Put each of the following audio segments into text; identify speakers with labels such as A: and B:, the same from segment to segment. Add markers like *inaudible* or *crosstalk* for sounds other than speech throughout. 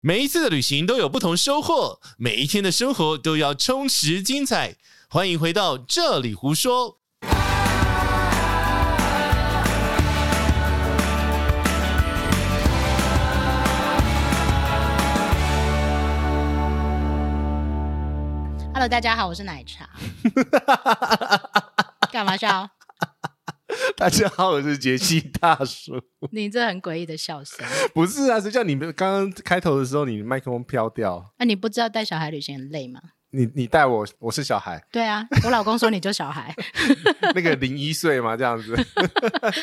A: 每一次的旅行都有不同收获，每一天的生活都要充实精彩。欢迎回到这里胡说。
B: Hello，大家好，我是奶
A: *laughs*
B: 茶。干嘛笑？
A: 大家好，我是杰西大叔。
B: 你这很诡异的笑声。
A: 不是啊，谁叫你们刚刚开头的时候你麦克风飘掉？
B: 啊那、你不知道带小孩旅行很累吗？
A: 你你带我，我是
B: *laughs*
A: 小孩，
B: 对啊，我老公说你就小孩， *laughs*
A: 那个零一岁嘛，这样子。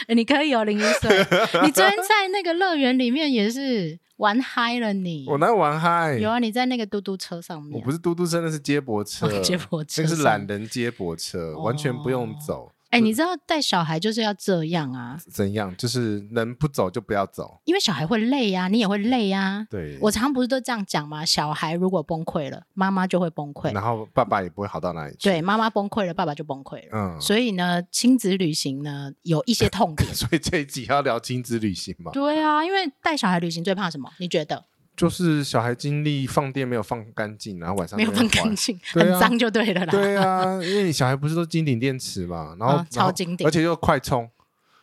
B: 你可以有哦零一
A: *laughs*
B: 岁。你昨天在那个乐园里面也是玩嗨了你，
A: 我哪有玩嗨？
B: 有啊，你在那个嘟嘟车上面，
A: 我不是嘟嘟车，那是接驳车，
B: 哦接驳车
A: 那个是懒人接驳车，
B: 哦
A: 完全不用走。
B: 哎、你知道带小孩就是要这样啊，
A: 怎样？就是能不走就不要走。
B: 因为小孩会累啊，你也会累啊。
A: 对，
B: 我常不是都这样讲吗？小孩如果崩溃了，妈妈就会崩溃；
A: 然后爸爸也不会好到哪里去。
B: 对，，妈妈崩溃了，爸爸就崩溃了。
A: 嗯，。
B: 所以呢，亲子旅行呢有一些痛点
A: *laughs* 所以这一集要聊亲子旅行嘛，
B: 对啊，因为带小孩旅行最怕什么？你觉得
A: 就是小孩精力放电没有放干净，然后晚上
B: 没有
A: 在那
B: 放
A: 边
B: 干
A: 玩。
B: 净，
A: 对啊
B: 很脏就对了啦。
A: 对啊，因为你小孩不是都金顶电池嘛，然后、
B: 啊超金
A: 然后
B: 顶
A: 而且又快充，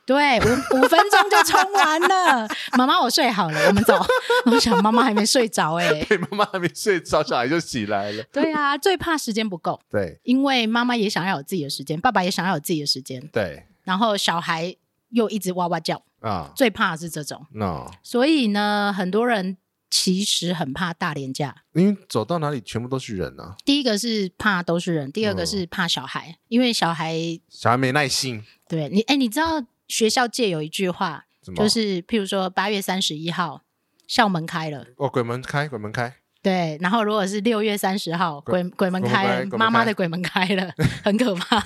B: 对，五五分钟就冲完
A: *laughs*
B: 了。妈妈，我睡好了，我们走。我想妈妈还没睡着哎、
A: 对，妈妈还没睡着，小孩就起来了。
B: 对啊，最怕时间不够，
A: *laughs* 对
B: 因为妈妈也想要有自己的时间，爸爸也想要有自己的时间，
A: 对
B: 然后小孩又一直哇哇叫，
A: 啊
B: 最怕的是这种。
A: ，no，
B: 所以呢，很多人其实很怕大连假。
A: 因为走到哪里全部都是人啊，
B: 第一个是怕都是人，第二个
A: 嗯
B: 是怕小孩，因为小孩
A: 小孩没耐心，
B: 对你，哎，你知道学校界有一句话，
A: 怎么？
B: 就是譬如说八月三十一号校门开了，
A: 哦，鬼门开，鬼门开，
B: 对，然后如果是六月三十号
A: 鬼
B: 鬼鬼门
A: 鬼门
B: 开
A: 开鬼
B: 了，妈妈
A: 门开
B: 的鬼门开了， *laughs* 很可怕。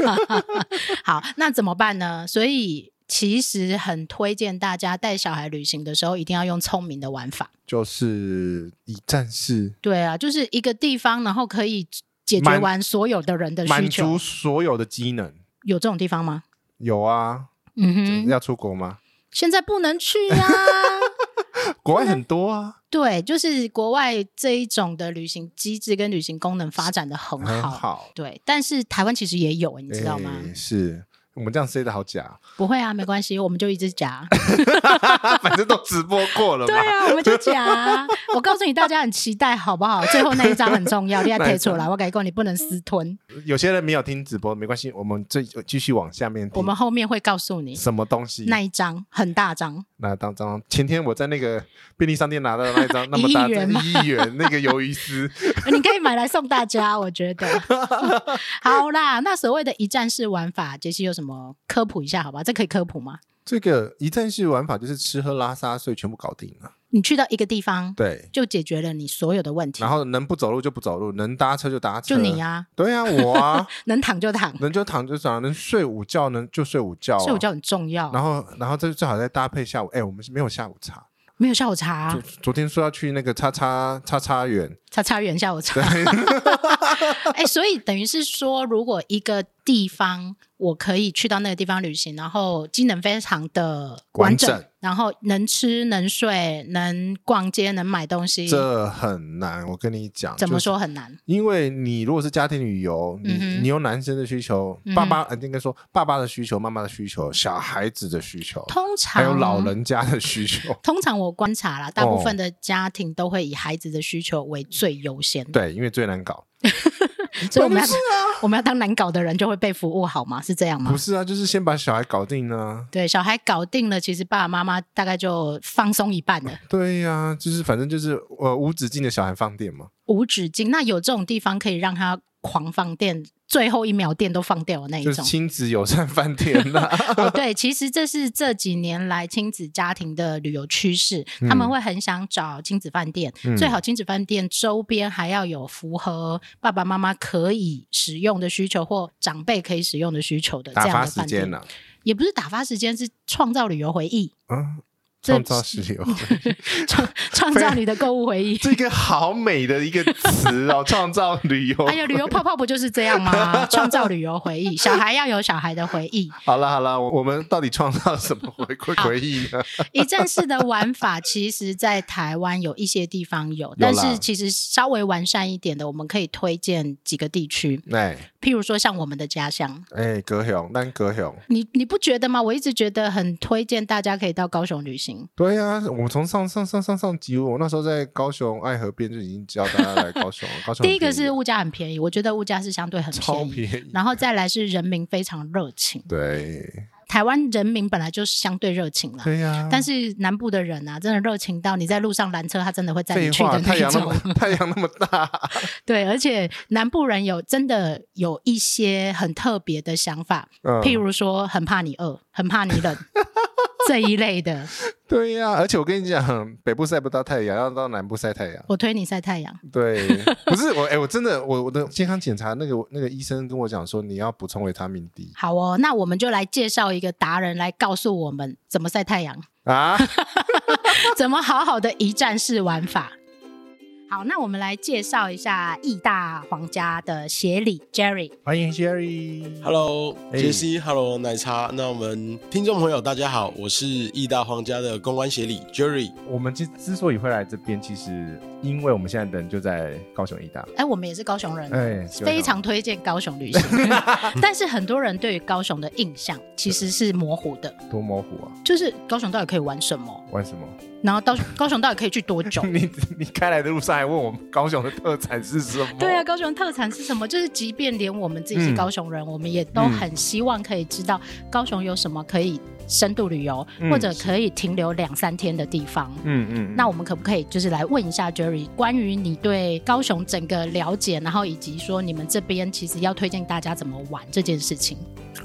B: 好，那怎么办呢？所以其实很推荐大家带小孩旅行的时候，一定要用聪明的玩法。
A: 就是一站式
B: 对啊，就是一个地方，然后可以解决
A: 满
B: 完所有的人的需
A: 满
B: 求
A: 足，所有的机能。
B: 有这种地方吗？
A: 有啊，
B: 嗯哼，
A: 要出国吗？
B: 现在不能去呀、 *laughs*
A: 国外很多啊，
B: 对，就是国外这一种的旅行机制跟旅行功能发展的很
A: 很
B: 好。
A: 好，
B: 对，但是台湾其实也有，你知道吗？
A: 哎是我们这样 say 的好假， *laughs*
B: 不会啊，没关系，我们就一直夹。
A: 反正都直播过了
B: 对
A: 嘛。
B: 啊，我们就夹。我告诉你，大家很期待，好不好？最后那一张很重要，你要贴出
A: *laughs*
B: 来。我改过，你不能私吞。
A: 有些人没有听直播没关系，我们这继续往下面听。
B: 我们后面会告诉你
A: 什么东西？
B: 那一张很大张。 *laughs*
A: 那当当前天我在那个便利商店拿到的那一张那么大
B: 一亿元吗
A: 一亿元那个鱿鱼丝，
B: 你可以买来送大家，我觉得。 *laughs* 好啦，那所谓的一站式玩法，杰西有什么科普一下？好吧，这可以科普吗？
A: *laughs* 这个一站式玩法就是吃喝拉撒睡全部搞定了。
B: 你去到一个地方，
A: 对，
B: 就解决了你所有的问题
A: 然。后能不走路就不走路，能搭车就搭车。
B: 就你啊，
A: 对啊，我啊，
B: *laughs* 能躺就躺，
A: 能就躺就躺，能睡午觉能就睡午觉、啊
B: 睡午。觉很重要。
A: 然后，然后这最好再搭配下午。哎，我们是没有下午茶。
B: 没有下午茶啊、
A: 昨昨天说要去那个叉叉叉叉园，
B: 茶茶园下午茶
A: 对。
B: *laughs* 哎、所以等于是说，如果一个地方我可以去到那个地方旅行，然后机能非常的完整，
A: 完整
B: 然后能吃能睡能逛街能买东西，
A: 这很难。我跟你讲，
B: 怎么
A: 就是？哦
B: 说很难？
A: 因为你如果是家庭旅游，
B: 嗯
A: 你、
B: 哼嗯
A: 你有男生的需求，爸爸呃应该说爸爸的需求，妈妈的需求，小孩子的需求，
B: 通
A: 还
B: 常
A: 有老。人哦家的需求。
B: *laughs* 通常我观察啦，大部分的家庭都会以孩子的需求为最优先，
A: 对，因为最难搞。
B: *laughs* 所以我们要、
A: 不是啊
B: 我们要当难搞的人就会被服务好吗？是这样吗
A: 不？是啊，就是先把小孩搞定啊。
B: 对，小孩搞定了，其实爸爸妈妈大概就放松一半了，
A: 对呀、就是反正就是呃无止境的小孩放电嘛。
B: 无止境。那有这种地方可以让他狂放电，最后一秒电都放掉的那一
A: 就是
B: 种。
A: 亲子友善啊饭店啦、
B: 哦，对，其实这是这几年来亲子家庭的旅游趋势，他们会很想找亲子饭店，
A: 嗯
B: 最好亲子饭店周边还要有符合爸爸妈妈可以使用的需求或长辈可以使 *laughs* 用的需求的这
A: 打
B: 样
A: 发
B: 的
A: 时
B: 饭
A: 间啊
B: 店。
A: 啦、
B: 也不是打发时间，是创造旅游回忆。
A: 嗯，
B: 这
A: 创造石
B: *laughs*
A: 油，
B: 创创造你的购物
A: *laughs*
B: 回忆。
A: 这个好美的一个词哦，创造旅游。
B: 哎呀，旅游泡泡不就是这样
A: *laughs*
B: 吗？创造旅游回忆，小孩要有小孩的回忆。
A: 好了好了，我我们到底创造了什么回回回忆呢？
B: 一站式的玩法，其实在台湾有一些地方有，
A: 啦
B: 但是其实稍微完善一点的，我们可以推荐几个地区，
A: 哎
B: 譬如说像我们的家乡。
A: 哎，高雄，咱高雄，
B: 你你不觉得吗？我一直觉得很推荐大家可以到高雄旅行。
A: 对呀、我们从上上上上上集，我那时候在高雄爱河边就已经教大家来
B: *laughs*
A: 高雄了。高雄很
B: 第一个
A: 便宜
B: 是物价很便宜，我觉得物价是相对很
A: 超
B: 便宜。
A: 便宜，
B: 然后再来是人民非常热情，
A: 对
B: 台湾人民本来就是相对热情啦，
A: 对呀、
B: 但
A: 是
B: 是南部的人啊，真的热情到你在路上拦车，他真的会载
A: 废
B: 你去的
A: 话，太
B: 那
A: 阳那
B: 种。 *laughs*
A: 么太阳那么大，
B: 对，而且南部人有真的有一些很特别的想法，
A: 嗯
B: 譬如说很怕你饿，很怕你
A: *laughs*
B: 冷这一类的。
A: 对呀、而且我跟你讲，北部晒不到太阳，要到南部晒太阳。
B: 我推你晒太阳， *laughs*
A: 对，不是我，哎、我真的，我我的健康检查那个那个医生跟我讲说，你要补充维他命 D
B: 好哦。那我们就来介绍一个达人来告诉我们怎么晒太阳， *laughs*
A: 啊。
B: 怎么好好的一站式玩法。好，那我们来介绍一下义大皇家的协理 Jerry。
A: 欢迎 Jerry，
C: Hello，
A: 哎
C: 杰西、h e l l o 奶茶。那我们听众朋友大家好，我是义大皇家的公关协理 Jerry。
A: 我们之之所以会来这边，其实因为我们现在人就在高雄医大，
B: 哎，我们也是高雄人，
A: 哎，
B: 非常推荐高雄旅行。但是很多人对于高雄的印象其实是模糊的，
A: 多模糊啊！
B: 就是高雄到底可以玩什么，
A: 为什么？？
B: 然后到高雄到底可以去多久
A: 你你开来的路上还问我们高雄的特产是什么？
B: 对啊，，高雄特产是什么？就是即便连我们自己是高雄人，我们也都很希望可以知道高雄有什么可以深度旅游、
A: 嗯
B: 或者可以停留两三天的地方。
A: 嗯嗯，
B: 那我们可不可以就是来问一下 Jerry，关于你对高雄整个了解，然后以及说你们这边其实要推荐大家怎么玩这件事情？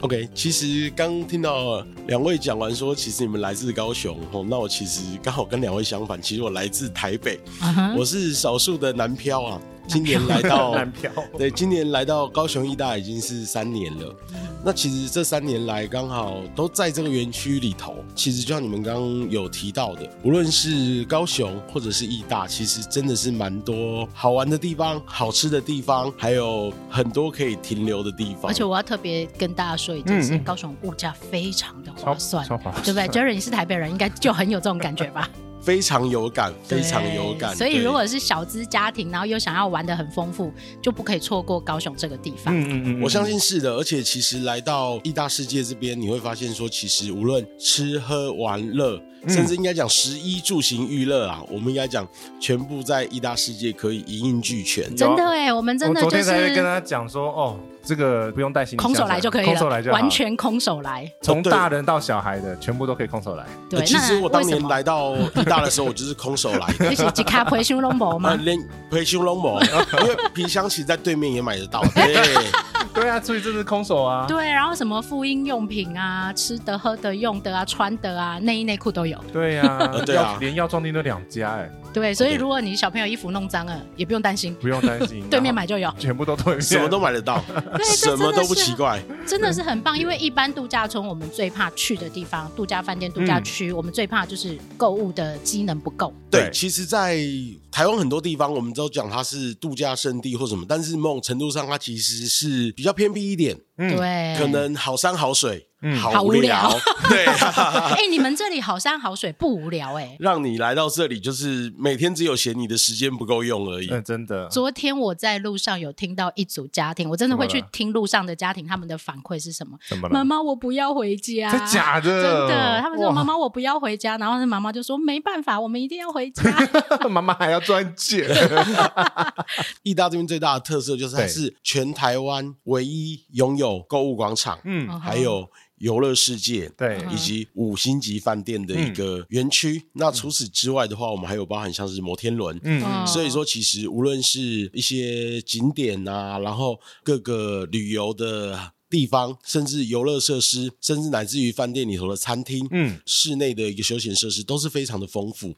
C: OK，其实刚听到两位讲完说，其实你们来自高雄哦，那我其实刚好跟两位相反，其实我来自台北，
B: 嗯哼
C: 我是少数的南漂啊。今年来
A: *laughs*
C: 到
A: 南漂，
C: 对，今年来到高雄艺大已经是三年了。那其实这三年来，刚好都在这个园区里头。其实就像你们刚刚有提到的，无论是高雄或者是艺大，其实真的是蛮多好玩的地方、好吃的地方，还有很多可以停留的地方。
B: 而且我要特别跟大家说一件事，
A: 嗯嗯
B: 高雄物价非常的划算，
A: 超划
B: 对不对？Jerry，你是台北人，应该就很有这种感觉
A: *laughs*
B: 吧？
C: 非常有感，非常
B: 对
C: 有感。
B: 所以
C: 对
B: 如果是小资家庭，然后又想要玩的很丰富，就不可以错过高雄这个地方。
A: 嗯
C: 我相信是的，而且其实来到意大世界这边，你会发现说，其实无论吃喝玩乐，甚至应该讲食衣住行娱乐啊，我们应该讲全部在意大世界可以一应俱全。
B: 真的哎，我们真的
A: 我昨
B: 就
A: 天才在跟
B: 是
A: 他讲说，哦，这个不用带行李箱
B: 空手来就可以
A: 空手来
B: 了，
A: 就好
B: 完全空手来。
A: 从大人到小孩的全部都可以空手来。
C: 呃
B: 对，
C: 其实我
B: 那为
C: 当
B: 什
C: 年
B: 么？
C: 来到意大的时候，我就是空手来
B: *laughs*
C: 的。
B: 你是吉卡培修龙博
A: *laughs*
C: 啊，
B: 吗？
C: 连培修龙某，因为皮箱其实在对面也买得到。对，
A: *laughs* 对啊，所以这是空手啊。
B: 对，然后什么妇婴用品啊、吃的、喝的、用的啊、穿的啊、内衣内裤都有。
A: *laughs* 对啊，
C: 对啊
A: 药连药妆店都两家哎，
B: 对，所以
C: 对
B: 如果你小朋友衣服弄脏了，也不用担心，，
A: 不用担心
B: 对面买就有。
A: 全部都对面，
C: 什么都买得到，
B: 对，这
C: 什么
B: 真的
C: 都不
B: 是
C: 奇怪。
B: 真的是很棒，因为一般度假村我们最怕去的地方，度假饭店、度假区，
A: 嗯
B: 我们最怕就是购物的机能不够。
C: 对
A: 对，
C: 其实，在台湾很多地方，我们都讲它是度假胜地或什么，但是某种程度上，它其实是比较偏僻一点，
A: 嗯
B: 对，
C: 可。能好山好水，
A: 嗯
C: 好
B: 好无
C: 无聊，
B: 聊
C: 对，
B: 哎、你们这里好山好水，不无聊
A: *laughs*
B: 哎、
C: *laughs* 让你来到这里，就是每天只有嫌你的时间不够用而已。
A: 嗯，真的，
B: 昨天我在路上有听到一组家庭，我真的会去听路上的家庭他们的反馈是什么。
A: 怎么
B: 妈
A: 了？
B: 妈，我不要回家。
A: 真假的？
B: 啊真的，他们说
A: 哇
B: 妈妈我不要回家，然后那妈妈就说没办法，我们一定要回
A: *laughs*
B: 家。嗯
A: 妈妈还要赚
B: *laughs*
A: 钱，
C: 义大这边最大的特色就是它
A: 对
C: 是全台湾唯一拥有购物广场，
A: 嗯，
C: 还有游乐世界，
A: 对，嗯
B: 嗯
C: 以及五星级饭店的一个园区。那除此之外的话，我们还有包含像是摩天轮。
B: *laughs*
A: 嗯
B: 哦
A: 嗯
C: 所以说，其实无论是一些景点啊，然后各个旅游的地方，甚至游乐设施，甚至乃至于饭店里头的餐厅，
A: 嗯，
C: 室内的一个休闲设施，都是非常的丰富。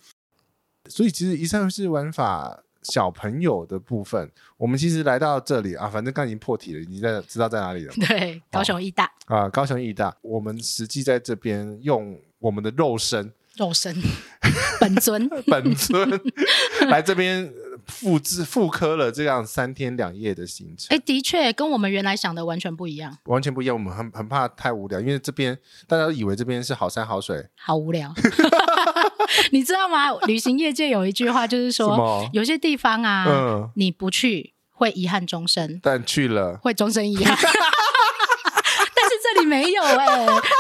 A: 所以其实一站式玩法。小朋友的部分，我们其实来到这里啊，反正刚已经破题了，你在知道在哪里了
B: *laughs*
A: 吗
B: 对，高雄一大，
A: 啊、高雄艺大，我们实际在这边用我们的肉身
B: 肉身本
A: *laughs*
B: 尊，
A: 本尊来这边复制复刻了这样三天两夜的行程
B: 哎，，的确跟我们原来想的完全不一样，
A: 完全不一样。我们很很怕太无聊，因为这边大家都以为这边是好山好水，
B: 好无聊。 *laughs* 你知道吗？旅行业界有一句话就是
A: 什
B: 说，
A: 么？
B: 有些地方啊，
A: 嗯
B: 你不去会遗憾终生，
A: 但去了，
B: 会终身遗憾。 *laughs* 但是这里没有哎、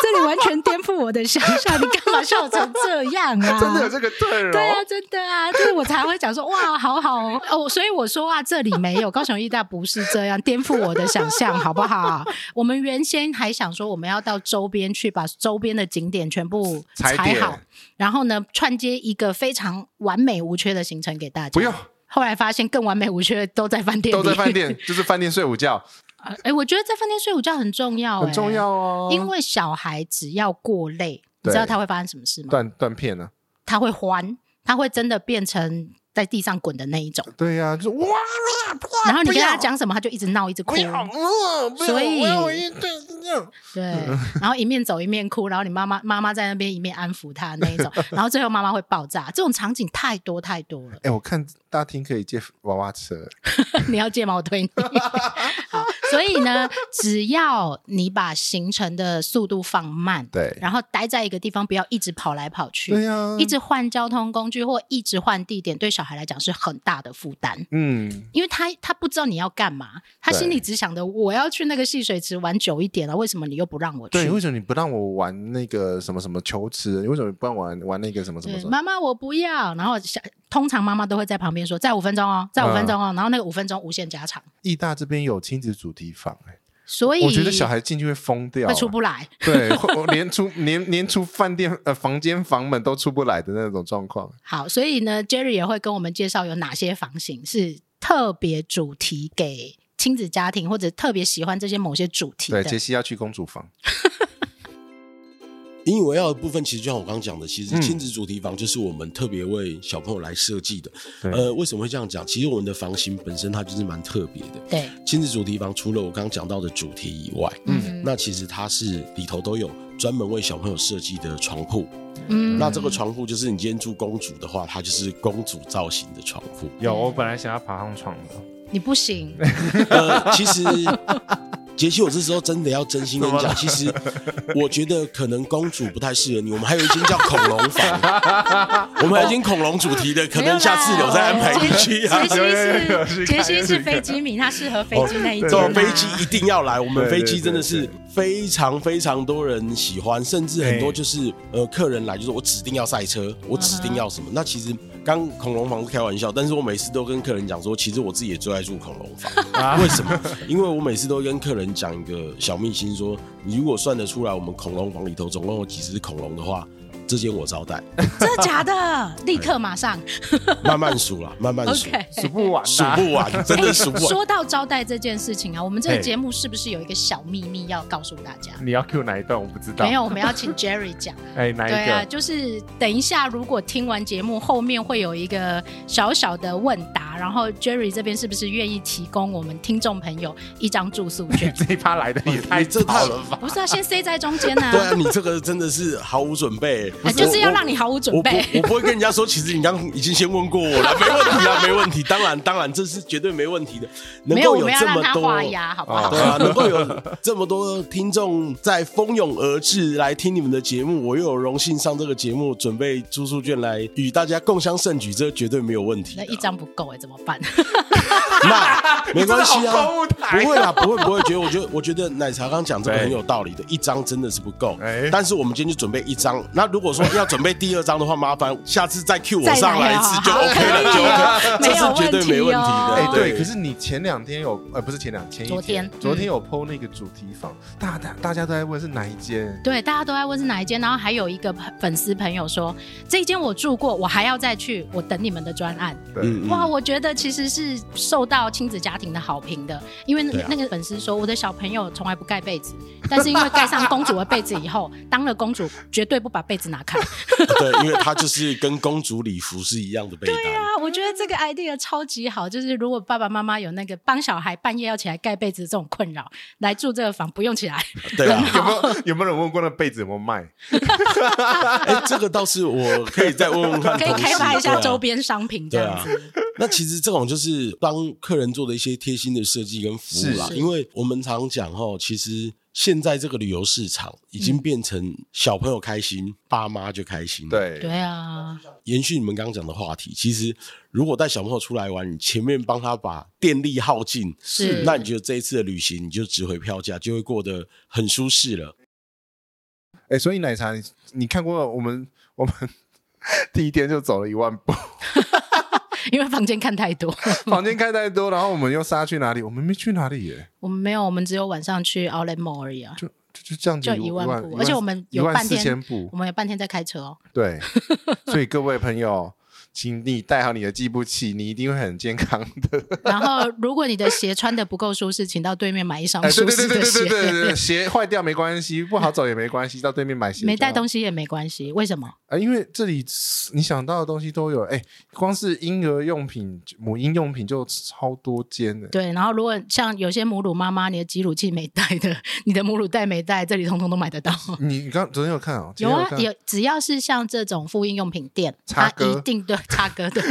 B: 这里完全颠覆我的想象。你干嘛笑成这样啊？
A: *laughs* 真的有这个队
B: 对啊
A: 哦，，
B: 真的啊，就是我才会讲说哇，好好哦哦，所以我说啊，这里没有高雄艺大不是这样，颠覆我的想象，好不好？我们原先还想说我们要到周边去，把周边的景点全部
A: 踩
B: 踩
A: 点
B: 好，然后呢，串接一个非常完美无缺的行程给大家。
A: 不用，
B: 后来发现更完美无缺的都在饭店，
A: 都在饭。店，就是饭店睡午觉，
B: *laughs* 哎、我觉得在饭店睡午觉很重要、哎
A: 很重要、哦。
B: 因为小孩只要过累，你
A: 对
B: 知道他会发生什么事吗？
A: 断断片呢、
B: 他会欢，他会真的变成在地上滚的那一种。
A: 啊，对呀、就是哇，
B: 然后你跟他讲什么，他就一直闹，一直哭
A: 啊不。要，嗯，不要
B: 所以
A: 我要我一对这样， *laughs*
B: 对，然后一面走一面哭，然后你妈妈妈妈在那边一面安抚他那一
A: *laughs*
B: 种，然后最后妈妈会爆炸。这种场景太多太多了
A: *laughs* 哎、，我看大厅可以借娃娃车，
B: 你要借吗？我推你。 *laughs* 好，所以呢，只要你把行程的速度放慢，
A: 对，
B: 然后待在一个地方，不要一直跑来跑
A: 对啊
B: 去。
A: 呀、
B: 一直换交通工具或一直换地点，对小孩来讲是很大的负担。
A: 嗯，
B: 因为他他不知道你要干嘛，他
A: 对
B: 心里只想着我要去那个戏水池玩久一点了，为什么你又不让我去
A: 对，？为什么你不让我玩那个什么什么球池？你为什么不让我玩玩那个什么什么
B: 对，
A: 什么？
B: 妈妈我不要。然后小通常妈妈都会在旁边说：“再五分钟哦，再五分钟哦。
A: 嗯
B: 然后那个五分钟无限加长，
A: 义大这边有亲子主题房、哎，
B: 所以
A: 我觉得小孩啊进去会疯掉、欸
B: 会出不来。
A: 对，会我连出连连出饭店呃房间房门都出不来的那种状况。
B: 好，所以呢，Jerry 也会跟我们介绍有哪些房型是特别主题给亲子家庭或者特别喜欢这些某些主题
A: 对，
B: 的。
A: 杰西要去公主房，
C: 引以为傲的部分，其实就像我刚刚讲的，其实
A: 嗯
C: 亲子主题房就是我们特别为小朋友来设计的。
A: 对
C: 呃，为什么会这样讲？其实我们的房型本身它就是蛮特别的。
B: 对，
C: 亲子主题房除了我刚刚讲到的主题以外，
B: 嗯
C: 那其实它是里头都有专门为小朋友设计的床铺。
B: 嗯
C: 那这个床铺就是你今天住公主的话，它就是公主造型的床铺。
B: 有我本
A: 来想要爬上床的， *laughs*
B: 你不行，
C: 呃，其实杰西，我这时候真的要真心跟你讲，其实我觉得可能公主不太适合你。我们还有一间叫恐龙房，我们还有一间恐龙主题的，可能下次有再安排
B: 哦
C: 进去啊
B: 杰。
A: 有有有有
B: 杰西是
A: 去看
B: 杰
A: 有
B: 西
A: 去
B: 是
A: 看
B: 飞机迷，他适合飞机那一种、
A: 哦
C: 坐
B: 啊。
C: 飞机一定要来，我们
A: 对
C: 飞
A: 对
C: 机真的是
A: 对
C: 非常非常多人喜欢，甚至很多
A: 哎
C: 就是呃客人来就是我指定要赛车，我指定要什么。那其实刚恐龙房是开玩笑，但是我每次都跟客人讲说，其实我自己也最爱住恐龙
A: *laughs* 啊
C: 房，为什么？因为我每次都跟客人讲一个小秘辛，说你如果算得出来我们恐龙房里头总共有几只恐龙的话。这间我招待，
B: 真的假的？立刻马上。
C: 慢慢数啦，慢慢
B: *laughs*
C: 数，
B: OK。
A: 数不完、
C: 数不完，真的数不完。
B: 说到招待这件事情啊，我们这个
A: 嘿
B: 节目是不是有一个小秘密要告诉大家？
A: 你要 Q 哪一段我不知道
B: 没有，我们要请 Jerry 讲。
A: 哎，哪？
B: 对啊，就是等一下，如果听完节目后面会有一个小小的问答，然后 Jerry 这边是不是愿意提供我们听众朋友一张住宿券
A: 这一趴来的也
C: 太早了
A: 吧？
B: 不是啊，先塞在中间啊
C: 对啊，你这个真的是毫无准备，
B: 啊，就是要
C: 我
B: 让你毫无准
C: 我不
B: 备。
C: 我不会跟人家说，其实你刚刚已经先问过我了，没问题啊，没问题。当然，当然，这是绝对没问题的。能
B: 没有，
C: 够
B: 我们要
C: 这
B: 让
C: 么
B: 他
C: 多
B: 画，押，好不好？
A: 哦
C: 对啊，能够有这么多听众在蜂拥而至来听你们的节目，我又有荣幸上这个节目，准备住宿券来与大家共襄盛举，这绝对没有问题
B: 那。一张不够哎、怎么办？ *laughs*
C: 那没关系
A: 你真的
C: 啊
A: 好购物，台哦
C: 不会啦，不会不会，觉得我觉得我觉得奶茶刚讲这个很有道理的，一张真的是不够
A: 哎，
C: 但是我们今天就准备一张。那如果说要准备第二张的话，麻烦下次再 Q
B: 再
C: 我
B: 来
C: 上来一次
B: 啊
C: 就
B: 好
C: OK 了，
B: 可
C: 就
B: 以啊
C: OK，
B: 没
C: 这
B: 有
C: 是绝对没
B: 问
C: 问题
B: 题哦
C: 的。
A: 哎，对，
C: 对
A: 可是你前两天有，呃，不是前两，前一
B: 昨天
A: 昨天
B: 嗯
A: 有 PO 那个主题房，大大大家都在问是哪一间，
B: 对，大家都在问是哪一间，然后还有一个朋粉丝朋友说，这一间我住过，我还要再去，我等你们的专案。
A: 对，
C: 嗯
B: 哇，我觉得其实是受到亲子家庭的好评的，因为那,、
C: 对啊
B: 那个粉丝说，我的小 *laughs* 朋友从来不盖被子，但是因为盖上公主的被子以后，当了公主绝对不把被子啊哪 *laughs* 看？
C: 对，因为它就是跟公主礼服是一样的被单。
B: 啊，我觉得这个 idea 超级好，就是如果爸爸妈妈有那个帮小孩半夜要起来盖被子这种困扰，来住这个房不用起来，
C: 对啊，
A: *laughs* 有没有有没有人问过那被子有没有卖？ *laughs*
C: 哎，这个倒是我可以再问问看
B: *laughs* 可
C: 同事，
B: 以开发一
C: 对
B: 下
C: 啊
B: 周边商品这
C: 对
B: 样
C: 啊
B: 子。，
C: 那其实这种就是帮客人做的一些贴心的设计跟服务啦。
B: 是
C: 因为我们常讲哈，其实现在这个旅游市场已经变成小朋友开心，爸妈就开心。，
A: 对，
B: 嗯对啊， *laughs*
C: 延续你们刚刚讲的话题，其实如果带小朋友出来玩，你前面帮他把电力耗尽，
B: 是
C: 那你觉得这一次的旅行你就值回票价，就会过得很舒适了。
A: 哎，所以奶茶，你你看过我们 *laughs* 我们第一天就走了一万 *laughs* 步，
B: 因为房间看太多，
A: 房间开太多，然后我们又杀去哪里？我们没去哪里耶，
B: 我们没有，我们只有晚上去 Outlet Mall 而已啊，
A: 就就就这样子
B: 就
A: 一
B: 一
A: 万
B: 万步，而且我们
A: 一
B: 有
A: 万
B: 半
A: 四千
B: 天，
A: 步
B: 我，们有半天在开车哦。 *laughs*
A: 对，所以各位朋友。请你带好你的计步器，你一定会很健康的。
B: 然后如果你的鞋穿的不够舒适，请到对面买一双
A: 哎，对
B: 舒
A: 对对
B: 适的
A: 对对对
B: 鞋。
A: 对对，鞋坏掉没关系，不好走也没关系，到对面买鞋。
B: *laughs* 没带
A: 东。
B: 东西也没关系，为什么？
A: 啊，因为这里你想到的东西都有，哎、光是婴儿用品、母婴用品就超多间的、
B: 对，然后如果像有些母乳妈妈，你的挤乳器没带的，你的母乳袋没带，这里通通都买
A: *laughs*
B: 得到。
A: 你你刚昨天有看哦、今
B: 有
A: 天
B: 啊，
A: 看
B: 有只要是像这种妇婴用品店，
A: 插
B: 它
A: 歌
B: 一定对插歌对，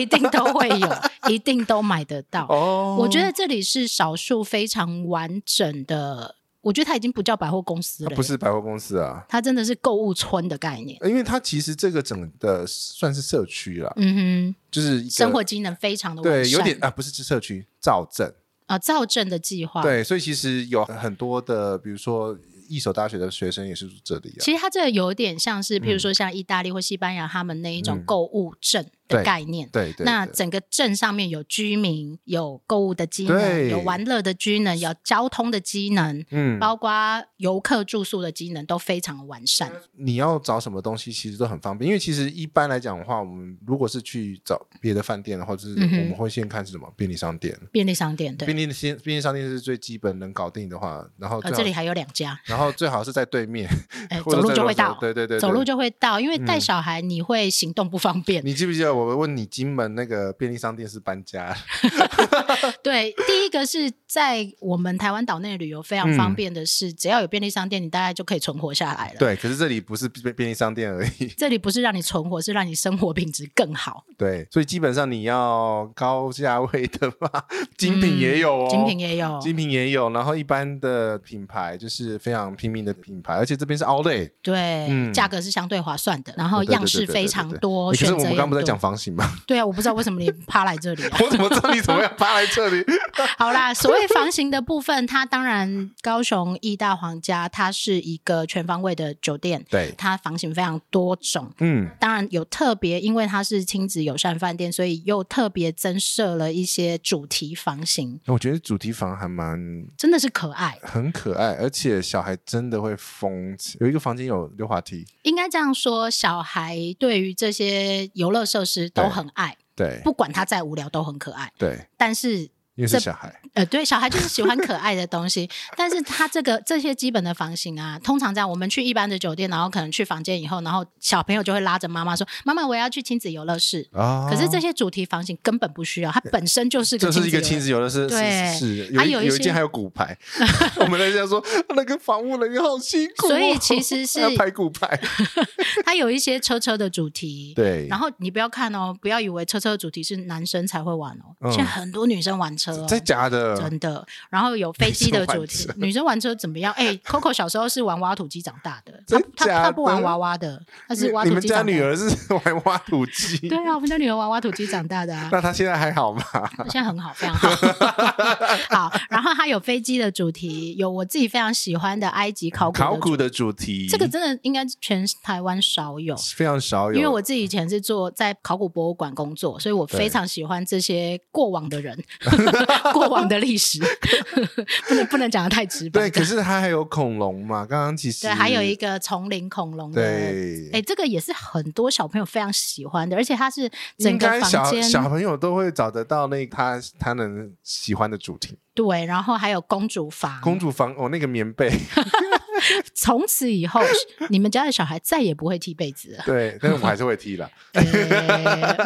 B: 一定都会有，一定都买得到。
A: 哦。
B: 我觉得这里是少数非常完整的，我觉得它已经不叫百货公司
A: 它
B: 了，
A: 不，是百货公司啊，
B: 它真的是购物村的概念。
A: 因为它其实这个整的算是社区啦，
B: 嗯
A: 就是一
B: 哼，
A: 个
B: 生活机能非常的完
A: 对，
B: 善，
A: 有点啊，不是社区造镇，
B: 啊，造镇的计划。，
A: 对，所以其实有很多的，比如说一所大学的学生也是住这里啊，
B: 其实它这个有点像是，譬如说像意大利或西班牙他们那一种
A: 嗯
B: 购物镇的
A: 对
B: 概念。
A: 对对，
B: 那
A: 对
B: 整个镇上面有居民，有购物的机能，
A: 对
B: 有玩乐的机能，有交通的机能，
A: 嗯，
B: 包括游客住宿的机能都非常完善。
A: 你要找什么东西其实都很方便，因为其实一般来讲的话，我们如果是去找别的饭店的话，就是我
B: 嗯哼
A: 们会先看是什么便利商店，
B: 便利商店对
A: 便，利店便利商店是最基本能搞定的话，然后
B: 呃，
A: 最
B: 这里
A: 好
B: 还有两家，
A: *laughs* 然后最好是在
B: *laughs*
A: 对面，
B: 哎，
A: 或者
B: 走路
A: 在
B: 就
A: 楼
B: 会
A: 下
B: 到，
A: 对对对，
B: 走路
A: 对。嗯
B: 就会到，因为带小孩你会行动不方便。
A: 你记不记得我问你金门那个便利商店是搬家？
B: 对，第一个是在我们台湾岛内旅游非常方便的是，只要有便利商店，你大概就可以存活下来了。
A: 嗯对，可是这里不是便便利商店而已， *laughs*
B: 这里不是让你存活，是让你生活品质更好。
A: 对，所以基本上你要高价位的话，精品也有哦，
B: 嗯精品也有，
A: 精品也有，然后一般的品牌就是非常拼命的品牌，而且这边是 Outlet，
B: 对，
A: 嗯
B: 价格是相对划算的，然后
A: 对
B: 哦
A: 对
B: 样式
A: 对对
B: 非
A: 对
B: 常
A: 对
B: 多，
A: 诶可
B: 选
A: 是
B: 择
A: 我们
B: 也
A: 刚刚不是在
B: 多
A: 讲房型吗？ *laughs*
B: 对啊，我不知道为什么你趴来这里、啊。
A: 我怎么知道你怎么样趴来这
B: *laughs*
A: 里？
B: 好啦，所谓房型的部分，它当然高雄义大皇家，它是一个全方位的酒店，
A: 对，
B: 它房型非常多种。
A: 嗯，
B: 当然有特别，因为它是亲子友善饭店，所以又特别增设了一些主题房型，
A: 我觉得主题房还蛮
B: 真的是可爱。
A: 很可爱，而且小孩真的会疯起。有一个房间有溜滑梯，
B: 应该这样说，小孩对于这些游乐设施都
A: 对
B: 很爱，
A: 对
B: 不管他再无聊都很可爱。
A: 对，
B: 但是
A: 因为
B: 这
A: 是小孩，
B: 呃，对，小孩就是喜欢可爱的东西， *laughs* 但是他这个这些基本的房型啊，通常这样，我们去一般的酒店，然后可能去房间以后，然后小朋友就会拉着妈妈说：“妈妈，我要去亲子游乐室。
A: 啊
B: 可是这些主题房型根本不需要，它本身就是个
A: 这
B: 亲
A: 是
B: 子
A: 一
B: 游乐
A: 个亲
B: 室。
A: 子游乐设
B: 对
A: 施，是
B: 还
A: 有
B: 有
A: 一
B: 一
A: 有一
B: 些
A: 间还有
B: *laughs*
A: 骨牌，我们在家说那个房务人员好辛苦哦，
B: 所以其实是
A: 还 *laughs* 要排骨牌，
B: *laughs* 它有一些车车的主题。
A: 对，
B: 然后你不要看哦，不要以为车车的主题是男生才会玩哦，
A: 嗯
B: 现在很多女生玩车哦。
A: 真假的，
B: 真的，然后有飞机的主题
A: 女生玩，车
B: 女生玩车怎么样？哎、c o c o 小时候是玩挖土机长大的，她
A: 真
B: 她
A: 假
B: 她不玩
A: 的
B: 娃娃的，她
A: 你
B: 是挖
A: 你
B: 土
A: 们
B: 机
A: 家
B: 长大
A: 女
B: 的。
A: 儿是 *laughs* 玩挖土机，
B: 对啊，我们家女儿玩挖土机长大的啊，
A: 那她现在还好吗？
B: 现在很好，非常好。好，然后它有飞机的主题，有我自己非常喜欢的埃及考古的
A: 考
B: 主
A: 古的主题，
B: 这个真的应该全台湾少有。
A: 非常少有，
B: 因为我自己以前是做在考古博物馆工作，所以我非常喜欢这些过往的人、 *laughs* 过往的历史， *laughs* 不能不能讲的太直白。
A: 对，可是它还有恐龙嘛，刚刚其实
B: 对，还有一个丛林恐龙的，
A: 对
B: 哎、这个也是很多小朋友非常喜欢的，而且它是整
A: 应
B: 个
A: 该小
B: 房间
A: 小朋友都会找得到那他他能喜欢的主题，
B: 嗯对，然后还有公主房， *laughs*
A: 公主房哦，那个棉被
B: 从此以后，你们家的小孩再也不会踢被子了。 *laughs*
A: 对，但是我还是会踢啦，
B: 诶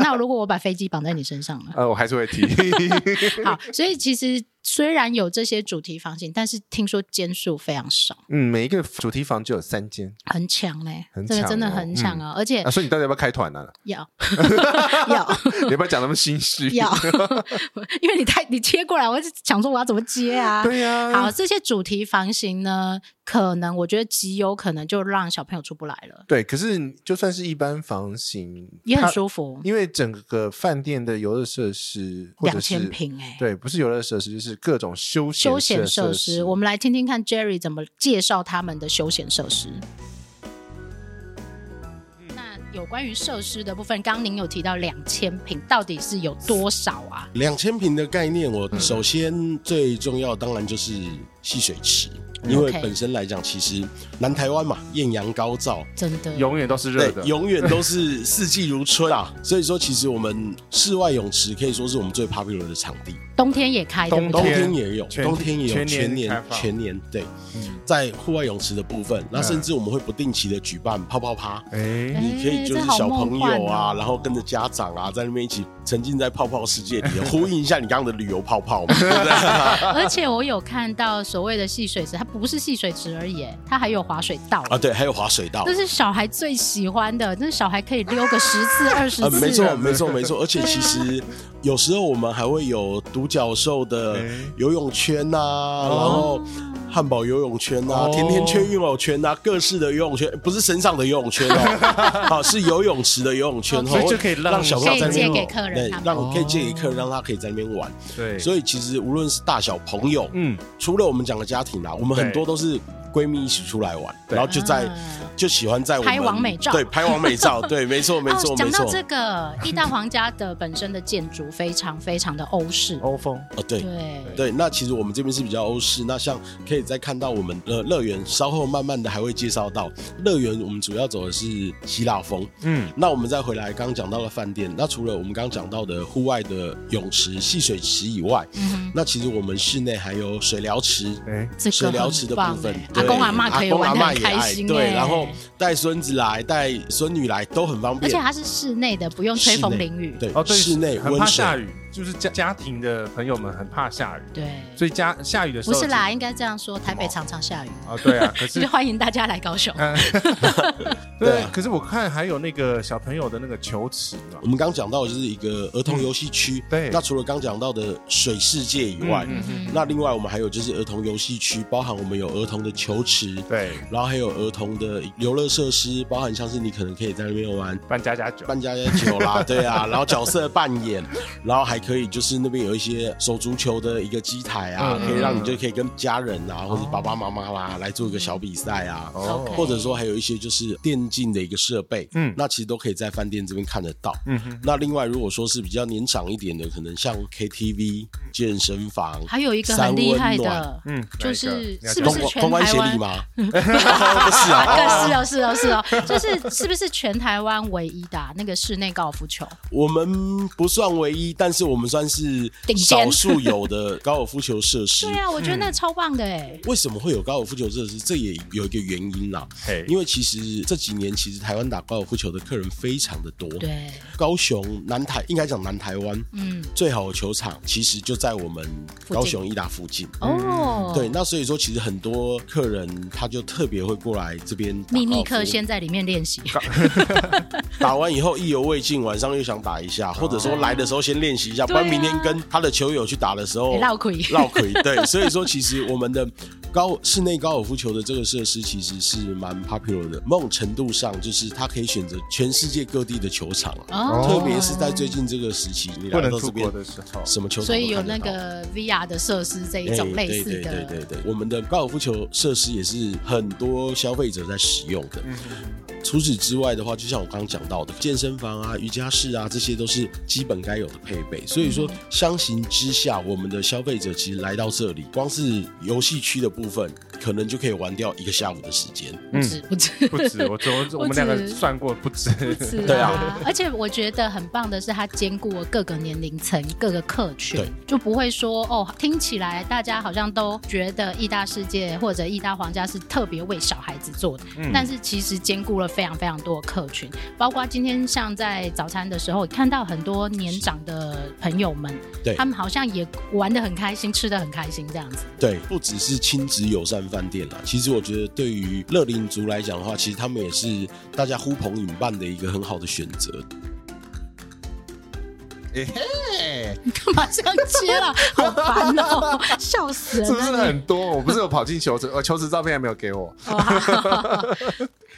B: 那如果我把飞机绑在你身上呢？
A: 呃，我还是会踢。 *laughs*
B: 好，所以其实虽然有这些主题房型，但是听说间数非常少，
A: 嗯，每一个主题房就有三间
B: 很抢嘞、
A: 很
B: 这个
A: 抢
B: 真的
A: 哦
B: 很抢啊、而且
A: 啊，所以你到底要不要开
B: *laughs*
A: 团呢？
B: 要
A: *laughs*
B: 要
A: 你要不要讲那么心虚？
B: 要，因为你太你切过来，我就想说我要怎么接啊？
A: 对呀，
B: 好，这些主题房型呢，可能我觉得极有可能就让小朋友出不来了，
A: 对，可是就算是一般房型，
B: 也很
A: 它
B: 舒服，
A: 因为整个饭店的游乐设施或
B: 两
A: 者
B: 千
A: 是
B: 平哎、
A: 对，不是游乐设施，就是各种休闲
B: 休闲
A: 设
B: 设施，我们来听听看 Jerry 怎么介绍他们的休闲设施。那有关于设施的部分，刚刚您有提到两千平，到底是有多少啊？
C: 两千平的概念，
B: 嗯
C: 我首先最重要当然就是戏水池，因为
B: 嗯 OK
C: 本身来讲，其实南台湾嘛，艳阳高照，
B: 真的
A: 永远都是热的，
C: 永远都是四季如春啊。所以说，其实我们室外泳池可以说是我们最 popular 的场地，
B: 冬天也开，对不
C: 冬
A: 冬
B: 对？
A: 天
C: 天也有，
A: 全
C: 冬天也有，
A: 全年
C: 全年
A: 开放
C: 全年对
A: 嗯，
C: 在户外泳池的部分，那
A: 嗯
C: 甚至我们会不定期的举办泡泡趴。
A: 哎，
B: 哎
C: 你可以就
B: 这
C: 是
B: 好
C: 小
B: 梦
C: 朋
B: 幻
C: 友
B: 哦
C: 啊，然后跟着家长啊，在那边一起沉浸在泡泡世界里，呼应一下你刚刚的旅游泡泡嘛，
A: *laughs*
C: 对不对？
B: 而且我有看到所谓的戏水池，它不是戏水池而已，它还有滑水道。
C: 啊，对，还有滑水道
B: 这。是小孩最喜欢的，这是小孩可以溜个十 *laughs* 次、啊二十
C: 啊，
B: 次。
C: 没错，没错，没错。而且其实有时候我们还会有独角兽的
A: 哎
C: 游泳圈呐、
B: 哦
C: 然后汉堡游泳圈呐、
A: 哦
C: 甜甜圈游泳圈呐、啊各式的游泳圈，不是身上的游泳圈
B: *laughs*
C: 哦，啊，是游泳池的游泳圈哦，
A: 所以就可以让
C: 让小朋友在那边
B: 可以借给客人
C: 对
B: 他们
C: 让可以借给客人，让他可以在那边玩。
A: 对，
C: 所以其实无论是大小朋友，
A: 嗯，
C: 除了我们讲的家庭啦，我们很
A: 对
C: 多都是闺蜜一起出来玩，
A: 对
C: 然后就在、
B: 啊
C: 就喜欢在我们
B: 拍完美照
C: 对，拍完美照，对，没错，没
B: 哦，
C: 错，没
B: 讲到
C: 错，
B: 这个，意大皇家的本身的建筑非常非常的欧式，
A: 欧风
C: 哦，对。
B: 对，
C: 对，那其实我们这边是比较欧式，那像可以再看到我们呃乐园，稍后慢慢的还会介绍到乐园，我们主要走的是希腊风。
A: 嗯，
C: 那我们再回来刚刚讲到的饭店，那除了我们刚刚讲到的户外的泳池、戏水池以外，
B: 嗯哼
C: 那其实我们室内还有水疗池，
A: 哎，
B: 这
C: 水
B: 个
C: 疗池
B: 很
C: 的部
B: 棒
C: 分
B: 哎，阿
C: 对
B: 公阿妈可以
C: 阿公
B: 玩
C: 阿
B: 的
C: 嬷
B: 很
C: 也
B: 开
C: 爱
B: 心，
C: 对，
B: 哎
C: 然后带孙子来、带孙女来都很方
B: 而
C: 便
B: 且。它是室内的，不用吹风
C: 室内
B: 淋雨，
C: 对，
A: 哦对，
C: 室内
A: 很怕
C: 温水
A: 下雨，就是家家庭的朋友们很怕下雨，
B: 对，
A: 所以家下雨的时
B: 不
A: 候
B: 是啦，应该这样说，
C: 哦
B: 台北常常下雨， *laughs*
A: 啊，对啊，可
B: 就是是欢迎大家来高雄。
A: 嗯，
C: 对
A: 对
C: 啊，
A: 可是我看还有那个小朋友的那个球池嘛
C: 我，们刚讲到的就是一个儿童游戏区，
A: 嗯对
C: 那除了刚讲到的水世界以外，
A: 嗯
B: 嗯
C: 那另外我们还有就是儿童游戏区，包含我们有儿童的球池，
A: 对，
C: 然后还有儿童的游乐设施，包含像是你可能可以在那边玩
A: 办家家酒，
C: 扮家家酒
A: *laughs*
C: 啦，对啊，然后角色扮演，然后还可以就是那边有一些手足球的一个机台啊，
A: 嗯哦
C: 可以让你就可以跟家人啊，或者爸爸妈妈啦来做一个小比赛啊。
B: OK
C: 或者说还有一些就是电竞的一个设备，
A: 嗯
C: 嗯，那其实都可以在饭店这边看得到。
A: 嗯哼，
C: 那另外如果说是比较年长一点的，可能像 KTV、健身房，
B: 还有一个很厉害的，
A: 嗯，哪
B: 就
A: 一个
B: 是
A: 你要
B: 是不
A: 讲
C: 公
B: 是全
C: 公关
B: 台
C: 协
B: 湾 *laughs*
C: 力吗？ *laughs* 不是啊，
B: 啊，是哦，是哦，是哦，就是是不是全台湾唯一打那个室内高尔夫球？
C: 我们不算唯一，但是我们算是
B: 顶尖
C: 少数有的高尔夫球设施。
B: 对啊，我觉得那个
C: 嗯
B: 超棒的哎，
C: 为什么会有高尔夫球设施？这也有一个原因啦，
A: 嘿
C: 因为其实这几年其实台湾打高尔夫球的客人非常的多。，
B: 对，
C: 高雄南台应该讲南台湾
B: 嗯，
C: 最好的球场，其实就在我们
B: 近
C: 高雄伊达附近。
B: 哦，
C: 嗯对，那所以说其实很多客人他就特别会过来这边打
B: 秘
C: 高
B: 密
C: 尔夫
B: 课先在里面练习，
C: *laughs* 打完以后意犹未尽，晚上又想打一下，或者说来的时候先练习一下，不
B: 哦对啊
C: 然明天跟他的球友去打的时候
B: 哎绕亏
C: *laughs* 绕亏。对，所以说其实我们的高室内高尔夫球的这个设施其实是蛮 popular 的，某种程度上就是它可以选择全世界各地的球场啊，
B: 哦
C: 特别是在最近这个时期，你
A: 不
C: 来
A: 能
C: 到
A: 出
C: 这
A: 国的
C: 边
A: 时候，
C: 什么球场
B: 所以
C: 都
B: 有
C: 看得
B: 那
C: 到
B: 个 VR 的设施这一
C: 哎
B: 种类似
C: 对对对
B: 的，
C: 对对，我们的高尔夫球设施也是很多消费者在使用的。除此之外的话，就像我刚刚讲到的，健身房啊、瑜伽室啊，这些都是基本该有的配备。所以说，
B: 嗯
C: 相形之下，我们的消费者其实来到这里，光是游戏区的部分，可能就可以玩掉一个下午的时间。
B: 不止不止
C: *laughs*
A: 不止，我
B: *laughs*
A: 我我们两个算过不止， *laughs*
B: 是
C: 对
B: 啊
C: 啊，
B: 而且我觉得很棒的是，它兼顾了各个年龄层、各个客群
C: 对，
B: 就不会说哦，听起来大家好像都觉得义大世界或者义大皇家是特别为小孩子做的，
A: 嗯
B: 但是其实兼顾了非常非常多的客群，包括今天像在早餐的时候看到很多年长的朋友们，
C: 对
B: 他们好像也玩的很开心，吃的很开心这样子，
C: 对，不只是亲子友善饭店啦，其实我觉得对于乐龄族来讲的话，其实他们也是大家呼朋引伴的一个很好的选择。
B: *laughs* 干嘛这样接
A: *laughs*
B: 了？好烦哦，笑死人
A: 是不是
B: 了你！
A: 很多？我不是有跑进球池，呃，球池照片还没有给我，
B: 哦好好好好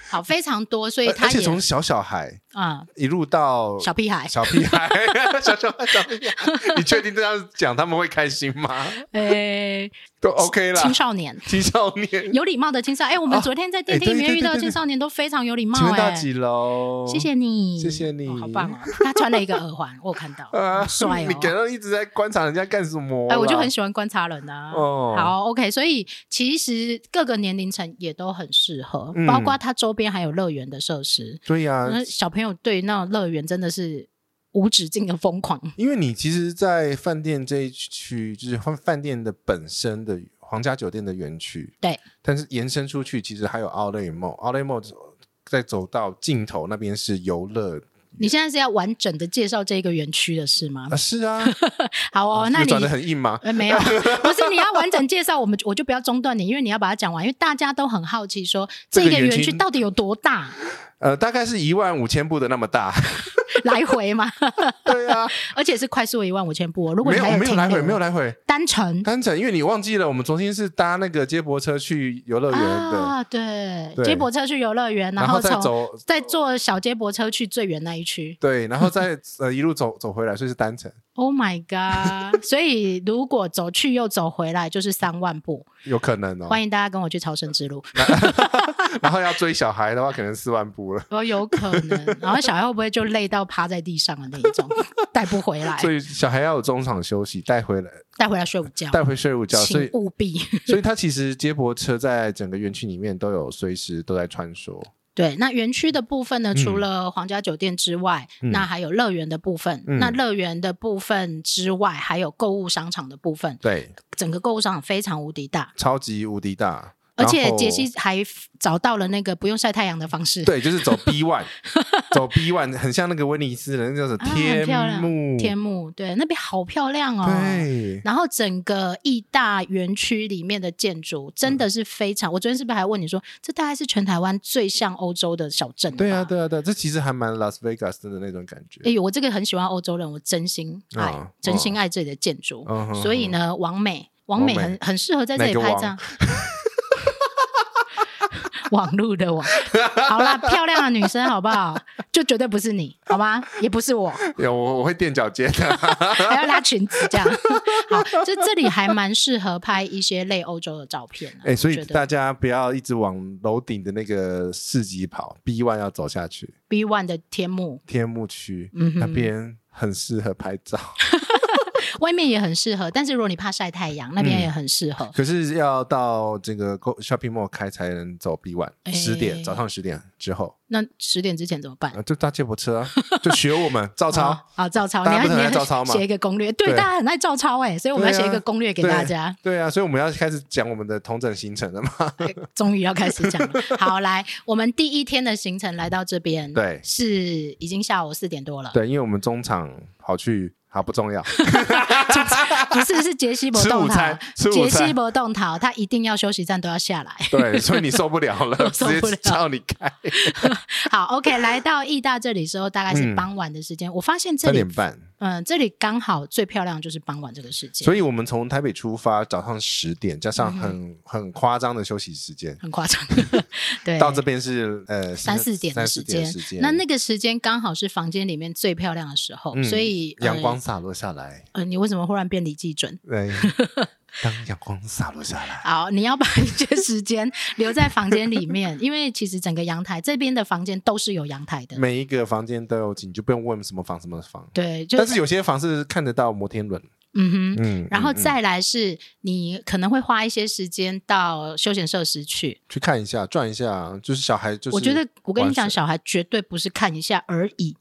B: 好，非常多，所以
A: 而
B: 他
A: 且
B: 也
A: 从小小孩
B: 啊、
A: 一路到
B: 小屁孩，
A: 小屁孩， *laughs* 小小孩，小屁孩，你确定这样讲他们会开心吗？
B: 诶、
A: 都 OK 啦，
B: 青少年，
A: 青少年，
B: 有礼貌的青少，哎、我们昨天在电梯里
A: 啊哎对
B: 面
A: 对
B: 遇到
A: 对
B: 的
A: 对
B: 青少年都非常有礼貌、
A: 请问到
B: 哎，
A: 几楼？
B: 谢谢你，
A: 谢谢你
B: 哦好棒哦！他穿了一个耳环，我有看到，
A: 啊
B: 很帅哦
A: 你。感到一直在观察人家干什么啦？
B: 哎、我就很喜欢观察人啊。
A: 哦
B: 好，OK，所以其实各个年龄层也都很适合，
A: 嗯
B: 包括它周边还有乐园的设施。
A: 对呀、
B: 那小朋友对那种乐园真的是无止境的疯狂。
A: 因为你其实，在饭店这一区，就是饭饭店的本身的皇家酒店的园区，
B: 对，
A: 但是延伸出去，其实还有 Outlet Mall，Outlet Mall 在走到尽头那边是游乐
B: 你现在是要完整的介绍这个园区的是吗
A: 啊，？是啊，
B: *laughs* 好哦，那
A: 有
B: 你
A: 转的很硬吗？
B: 呃，没有， *laughs* 不是你要完整介绍，我们我就不要中断你，因为你要把它讲完，因为大家都很好奇说
A: 这
B: 这
A: 个
B: 个园
A: 园
B: 区
A: 区
B: 到底有多大， *laughs*
A: 呃，大概是一万五千步的那么大，
B: 来回嘛， *laughs*
A: 对啊，
B: 而且是快速一万五千步、哦。如果
A: 没
B: 你
A: 有
B: 还
A: 没有
B: 停
A: 来回，
B: 留
A: 没有来回
B: 单程
A: 单程，因为你忘记了，我们昨天是搭那个接驳车去游乐园的，
B: 啊，对，
A: 对
B: 接驳车去游乐园，
A: 然
B: 后
A: 后再
B: 从
A: 走。
B: 再坐小接驳车去最远那一区。
A: *laughs* 对，然后再呃一路走走回来，所以是单程，
B: Oh my god！所以如果走去又走回来，就是三万步。
A: 有可能 *laughs* 哦。
B: 欢迎大家跟我去朝圣之路。
A: 然后要追小孩的话，可能四万
B: *laughs*
A: 步了。
B: 哦，有可
A: *laughs*
B: 能。然后小孩会不会就累到趴在地上的那一种，带不回来，
A: 所以小孩要有中场休息，带回来，
B: 带回来睡午觉，
A: 带回睡午觉。所
B: 请
A: 以，
B: 务
A: *laughs*
B: 必。
A: 所以他其实接驳车在整个园区里面都有随时都在穿梭。
B: 对，那园区的部分呢，
A: 嗯
B: 除了皇家酒店之外，
A: 嗯
B: 那还有乐园的部分。
A: 嗯
B: 那乐园的部分之外，还有购物商场的部分，
A: 对，
B: 整个购物商场非常无敌大。
A: 超级无敌大。
B: 而且
A: 然后
B: 杰西还找到了那个不用晒太阳的方式，
A: 对，就是走
B: *laughs*
A: B one，走 B one，很像那个威尼斯的那叫什么
B: 啊，很漂
A: 天
B: 亮
A: 幕，
B: 天幕，对，那边好漂亮哦。
A: 对，
B: 然后整个义大园区里面的建筑真的是非
A: 嗯
B: 常，我昨天是不是还问你说，这大概是全台湾最像欧洲的小镇？
A: 对啊，。对啊，对啊，这其实还蛮 Las Vegas 的那种感觉。
B: 哎呦，我这个很喜欢欧洲人，我真心爱，
A: 嗯
B: 真心爱这里的建筑。
A: 嗯
B: 所以，呢，王美，王美
A: 王美
B: 很很适合在这里
A: 哪个
B: 拍
A: 王
B: 照。网路的网，好
A: *laughs*
B: 啦，漂亮的女生好不好？就绝对不是你，好吗？也不是我，
A: 嗯嗯有我我会垫脚尖啊的。 *laughs*
B: *laughs* 还要拉裙子这样。 *laughs* 好，就这里还蛮适合拍一些类欧洲的照片、啊。
A: 哎，所
B: 我
A: 以
B: 觉得
A: 大家不要一直往楼顶的那个市集跑，B one 要走下去。
B: B One 的天幕，
A: 天幕区、
B: 嗯哼
A: 那边很适合拍照，
B: 外面也很适合，但是如果你怕晒太阳，那边也很适合。
A: 可是要到这个购 shopping mall 开才能走 B one，
B: 哎
A: 十点早上十点之后，
B: 那十点之前怎么办？
A: 啊，就搭接驳车啊， *laughs* 就学我们照
B: 哦
A: 抄。
B: 好，照抄，
A: 大
B: 你要
A: 家不是
B: 你
A: 很
B: 要
A: 爱照抄吗
B: 写一个攻略，对，
A: 对
B: 大家很爱照抄哎，所以我们要
A: 对啊
B: 写一个攻略给大家。
A: 对啊，所以我们要开始讲我们的同整行程了嘛？
B: 终于要开始讲
A: *laughs*
B: 了。好，来，我们第一天的行程来到这边，
A: 对
B: 是已经下午四点多了。
A: 对，因为我们中场跑去，好不重要，
B: *laughs* 不是，是杰西伯
A: 吃
B: 动
A: 午
B: 桃
A: 餐，吃午
B: 杰
A: 餐
B: 西伯动桃，他一定要休息站都要下来。 *laughs*
A: 对，所以你受不了了，
B: 我受不了
A: 直接叫你开
B: *laughs* 好，OK，来
A: *laughs*
B: 到义大这里之后，大概是
A: 嗯
B: 傍晚的时间。我发现这
A: 三
B: 里
A: 点半，
B: 嗯，这里刚好最漂亮就是傍晚这个时间，
A: 所以我们从台北出发，早上十点加上很、很夸张的休息时间，
B: 很夸张。嗯对，
A: 到这边是呃
B: 三四点的
A: 三
B: 时
A: 四点
B: 间，
A: 的时间，
B: 那那个时间刚好是房间里面最漂亮的时候，
A: 嗯
B: 所以呃
A: 阳光。洒落下来，
B: 呃呃，你为什么忽然变李济准？
A: 对，当阳光洒落下
B: *laughs*
A: 来，
B: 好，你要把一些时间留在房间里
A: *laughs*
B: 面，因为其实整个阳台这边的房间都是有阳台的。
A: 每一个房间都有景，你就不用问什么房什么房。
B: 对，就
A: 但是有些房是看得到摩天轮，
B: 嗯哼，
A: 嗯，
B: 然后
A: 嗯嗯
B: 再来是你可能会花一些时间到休闲设施去。
A: 去看一下，转一下，就是小孩，就是
B: 我觉得我跟你讲，
A: 玩水
B: 小孩绝对不是看一下而已。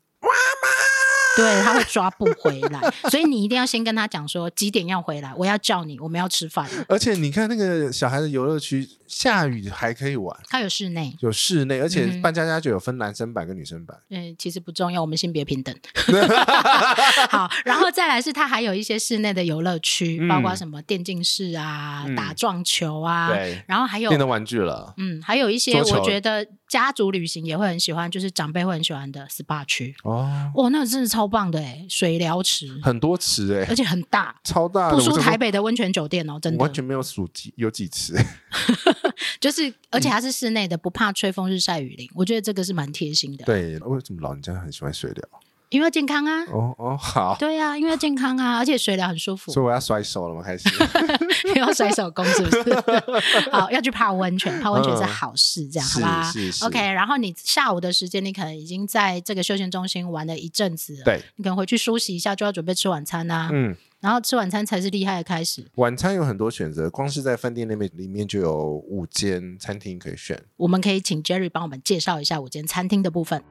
B: 对，他会抓不回
A: *laughs*
B: 来，所以你一定要先跟他讲说几点要回来，我要叫你，我们要吃饭了。
A: 而且你看那个小孩的游乐区，下雨还可以玩，
B: 他有室内，
A: 有室内，而
B: 嗯
A: 且
B: 哼
A: 扮家家酒有分男生版跟女生版，
B: 嗯，其实不重要，我们性别平
A: *laughs*
B: 等。 *laughs* 好，然后再来是它还有一些室内的游乐区，
A: 嗯
B: 包括什么电竞室啊、
A: 嗯
B: 打撞球啊，
A: 对，
B: 然后还有
A: 电动玩具了。
B: 嗯，还有一些
A: 桌球
B: 我觉得家族旅行也会很喜欢，就是长辈会很喜欢的 SPA 区。
A: 哦，
B: 哇，那个真的超棒的哎，水疗池，
A: 很多池哎、
B: 而且很大。
A: 超大的，
B: 不输
A: 我
B: 台北的温泉酒店哦，真
A: 我完全嗯
B: 的
A: 没有数几有几
B: *laughs*
A: 次，
B: 就是，而且它是室内的，不怕吹风、日晒、雨淋，我觉得这个是蛮贴心的，
A: 对，为什么老人家很喜欢水疗？
B: 因为健康啊，
A: 哦哦，好，
B: 对啊，因为健康啊，而且水疗很舒服
A: 所，以我要甩手了吗？
B: *laughs*
A: 开始，
B: 要甩手工是不
A: *laughs*
B: 是？好，要去泡温泉，泡温泉是好事，这样、好
A: 是
B: 吧
A: 嗯是是
B: ？OK，然后你下午的时间，你可能已经在这个休闲中心玩了一阵子了，
A: 对，
B: 你可能回去梳洗一下，就要准备吃晚餐啦、
A: 嗯，
B: 然后吃晚餐才是厉害的开始。
A: 晚餐有很多选择，光是在饭店那边里面就有五间餐厅可以选。
B: 我们可以请 Jerry 帮我们介绍一下午间餐厅的部
C: *laughs*
B: 分。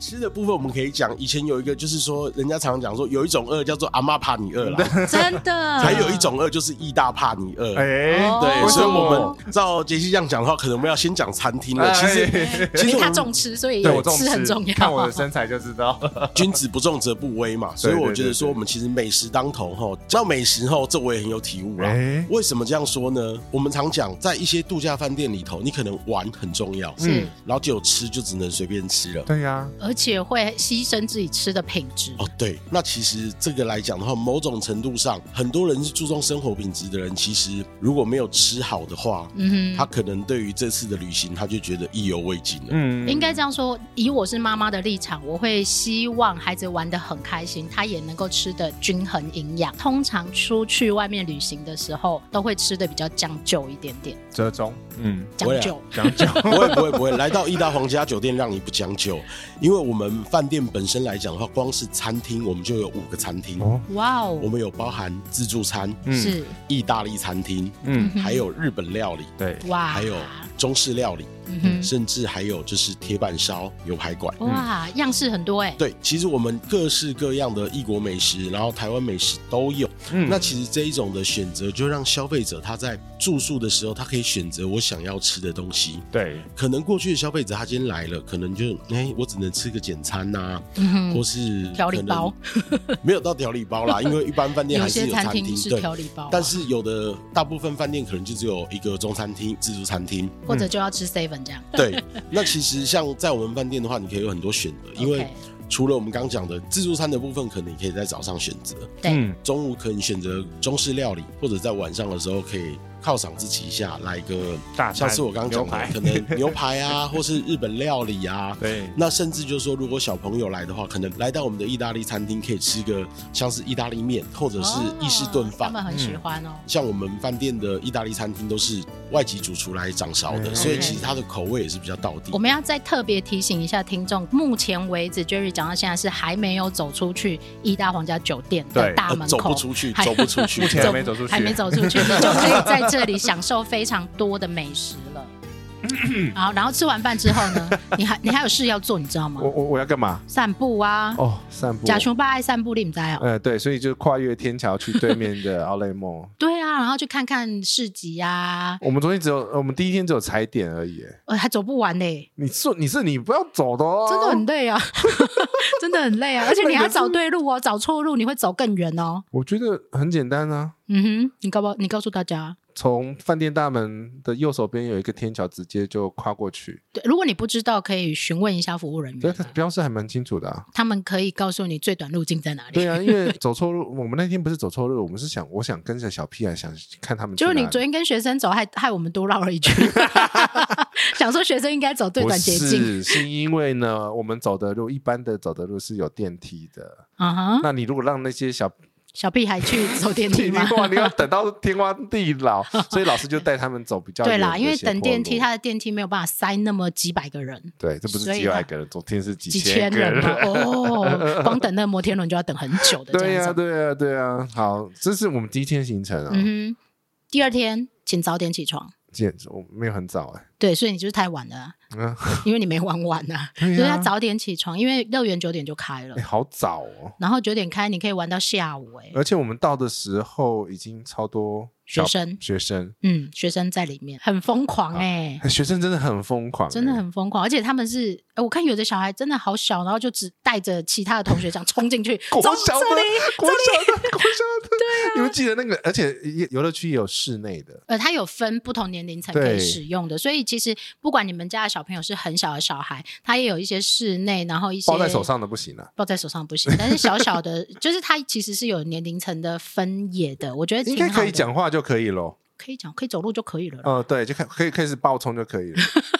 C: 吃的部分我们可以讲，以前有一个就是说，人家常常讲说有一种饿叫做阿妈怕你饿啦，
B: 真的，
C: 还有一种饿就是义大怕你饿。
A: 哎
B: 哦
C: 对，
B: 为什
C: 所以
B: 么
C: 我们照杰西这样讲的话，可能我们要先讲餐厅了。
A: 哎
C: 其
B: *laughs*
C: 实
B: 对。
C: 其
B: 因
C: 实
B: 为
C: 我
B: 他
C: 们
B: 重吃，所以
A: 对我这种
B: 吃很重要。*laughs*
A: 看我的身材就知道了。
C: 君子不重则不威嘛，所以我觉得说我们其实美食当头吼，讲到美食后，这我也很有体悟
A: *laughs*
C: 啦
A: 哎。
C: 为什么这样说呢？我们常讲，在一些度假饭店里头，你可能玩很重要，
B: 是，
A: 嗯
C: 然后只有吃就只能随便吃了。
A: 对呀、
B: 而且会牺牲自己吃的品质。
C: 哦，对，那其实这个来讲的话，某种程度上，很多人是注重生活品质的人，其实如果没有吃好的话，
B: 嗯
C: 他
B: 哼，
C: 可能对于这次的旅行，他就觉得意犹未尽了。
B: *laughs*
A: 嗯
B: 应该这样说。以我是妈妈的立场，我会希望孩子玩得很开心，他也能够吃得均衡营养。通常出去外面旅行的时候，都会吃的比较将就一点点，
A: 折中，嗯，
B: 讲
C: 我也
B: 究。
A: 讲讲
C: 不会不会不会，来到意大皇家酒店让你不将就，因为我们饭店本身来讲的话，光是餐厅我们就有五个餐厅，
A: 哦，
B: 哇
C: 我
B: 哦，
C: 们有包含自助餐、
A: 嗯
B: 是
C: 意大利餐厅，
A: 嗯，
B: *laughs* 嗯
C: 还有日本料理，
A: 对，
B: 哇，
C: 还有中式料理，
B: 嗯哼，
C: 甚至还有就是铁板烧、牛排馆。
B: 哇，样式很多哎。
C: 嗯对，其实我们各式各样的异国美食，然后台湾美食都有。
A: 嗯
C: 那其实这一种的选择，就让消费者他在住宿的时候，他可以选择我想要吃的东西。
A: 对，
C: 可能过去的消费者他今天来了，可能就哎、我只能吃个简餐呐、
B: 嗯
C: 或
B: 哼，
C: 是
B: 调理包，
C: 没有到调理包啦，因为一般饭店
B: 有
C: 还是
B: 些
C: 有
B: 餐
C: 餐
B: 厅
C: 厅
B: 是
C: 对。
B: 调理包啊，
C: 但是有的大部分饭店可能就只有一个中餐厅、自助餐厅。
B: 或者就要吃 seven 这样。
C: 对，那其实像在我们饭店的话，你可以有很多选择，因
B: *laughs*
C: 为
B: OK，
C: 除了我们刚讲的自助餐的部分，可能你可以在早上选择，
B: 对
A: 嗯
C: 中午可以选择中式料理，或者在晚上的时候可以犒赏自己一下，来一个
A: 大餐
C: 像是我刚刚讲
A: 牛排
C: 的，可能牛排啊，或是日本料理啊。
A: 对，
C: 那甚至就是说，如果小朋友来的话，可能来到我们的意大利餐厅，可以吃个像是意大利面或者是意式炖
B: 哦他
C: 饭。嗯
B: 们很喜欢哦。
C: 像我们饭店的意大利餐厅都是外籍主厨来掌勺的，
A: 嗯
C: 所以
B: OK
C: 其实它的口味也是比较道地
B: 我。们要再特别提醒一下听众，目前为止，Jerry 讲到现在是还没有走出去意大皇家酒店的
A: 对
B: 大
C: 呃
B: 门
C: 走
B: 口，
C: 不出去，
B: 还
C: 走不出
B: *laughs*
C: 去。
A: 目前还没走出去
B: 还没走出
A: *laughs*
B: 去，就可以在这里享受非常多的美食
A: *coughs*
B: 了。好，然后吃完饭之后呢，你还你还有事要做，你知道吗
A: 我？我我要干嘛？
B: 散步啊，
A: 哦，散步。
B: 假熊爸爱散步，你不知道哦。
A: 呃，对，所以就跨越天桥去对面
B: *laughs*
A: 的奥莱梦。
B: 对啊，然后去看看市集啊，
A: 我们昨天只有，我们第一天只有踩点而已。
B: 呃，还走不完呢、
A: 你说你是你不要走的哦，
B: 真的很累啊， *laughs* 真的很
C: *laughs*
B: 累啊，而且你还找对路哦，找错路你会走更远哦。
A: 我觉得很简单啊。
B: 嗯哼，你告不？你告诉大家，
A: 从饭店大门的右手边有一个天桥，直接就跨过去。
B: 对，如果你不知道，可以询问一下服务人
A: 对，
B: 员
A: 它，标示还蛮清楚的
B: *laughs*
A: 啊。
B: 他们可以告诉你最短路径在哪里。
A: 对啊，因为走错路，我们那天不是走错路，我们是想，我想跟着小屁孩，想看他们
B: *laughs*
A: 去
B: 就
A: 哪
B: 是
A: 里。
B: 你昨天跟学生走，害害我们多绕了一
A: *laughs*
B: 圈， *laughs* 想说学生应该走最短捷
A: 不
B: 径。
A: 是，是因为呢，我们走的路，一般的走的路是有电梯的。
B: 啊哈，
A: 那你如果让那些小
B: 小屁孩去走电梯
A: 体力 *laughs*
B: 吗？
A: 化，啊你要等到天荒地
B: *laughs*
A: 老，所以老师就带他们走比较
B: 对
A: 远的
B: 啦，因为
A: 斜坡
B: 等电梯，
A: 路
B: 它的电梯没有办法塞那么几百个人。
A: 对，这不是
B: 所以
A: 几百
B: 他
A: 个人，昨天是几
B: 几
A: 千
B: 千
A: 个 *laughs*
B: 人嘛，哦，光等那摩天轮就要等很久的这
A: 对
B: 样
A: 呀，
B: 子。
A: 对呀，对呀。好，这是我们第一天行程啊。
B: 嗯哼，第二天请早点起床。
A: 简直我没有很早哎，
B: 对，所以你就是太晚了啊，
A: 嗯，
B: *laughs* 因为你没玩完
A: *laughs*
B: 啊，
A: 所
B: 所以要早点起床，因为乐园九点就开了
A: 哎，，呃好早哦。
B: 然后九点开，你可以玩到下午、欸。哎，
A: 而且我们到的时候已经超多
B: 学
A: 小啊
B: 生
A: 学生， *laughs*
B: 嗯，学生在里面很疯狂哎、
A: 学生真的很疯狂，欸
B: 真的。很疯狂，而且他们是，呃我看有的小孩真的好小，然后就只带着其他的同学这样冲进去，
A: *laughs* 国
B: 走
A: 小的
B: 这里，，啊
A: 国小的，国小的，对你们记得那个？而且游游乐区也有室内的，
B: 呃，它有分不同年龄层可
A: 对
B: 以使用的，所以其实不管你们家的小朋友是很小的小孩，他也有一些室内，然后一些
A: 抱在手，上的不行啊。
B: 抱在手上不行，但是小小的，就是它其实是有年龄层的分野的，我觉得
A: 应
B: 挺
A: 该
B: 好
A: 可
B: 的
A: 以，讲话就可以咯。
B: 可以讲，可以走路就可以了啦。
A: 呃，对，就开可以开始爆冲就可以了。
B: *laughs*
A: *laughs*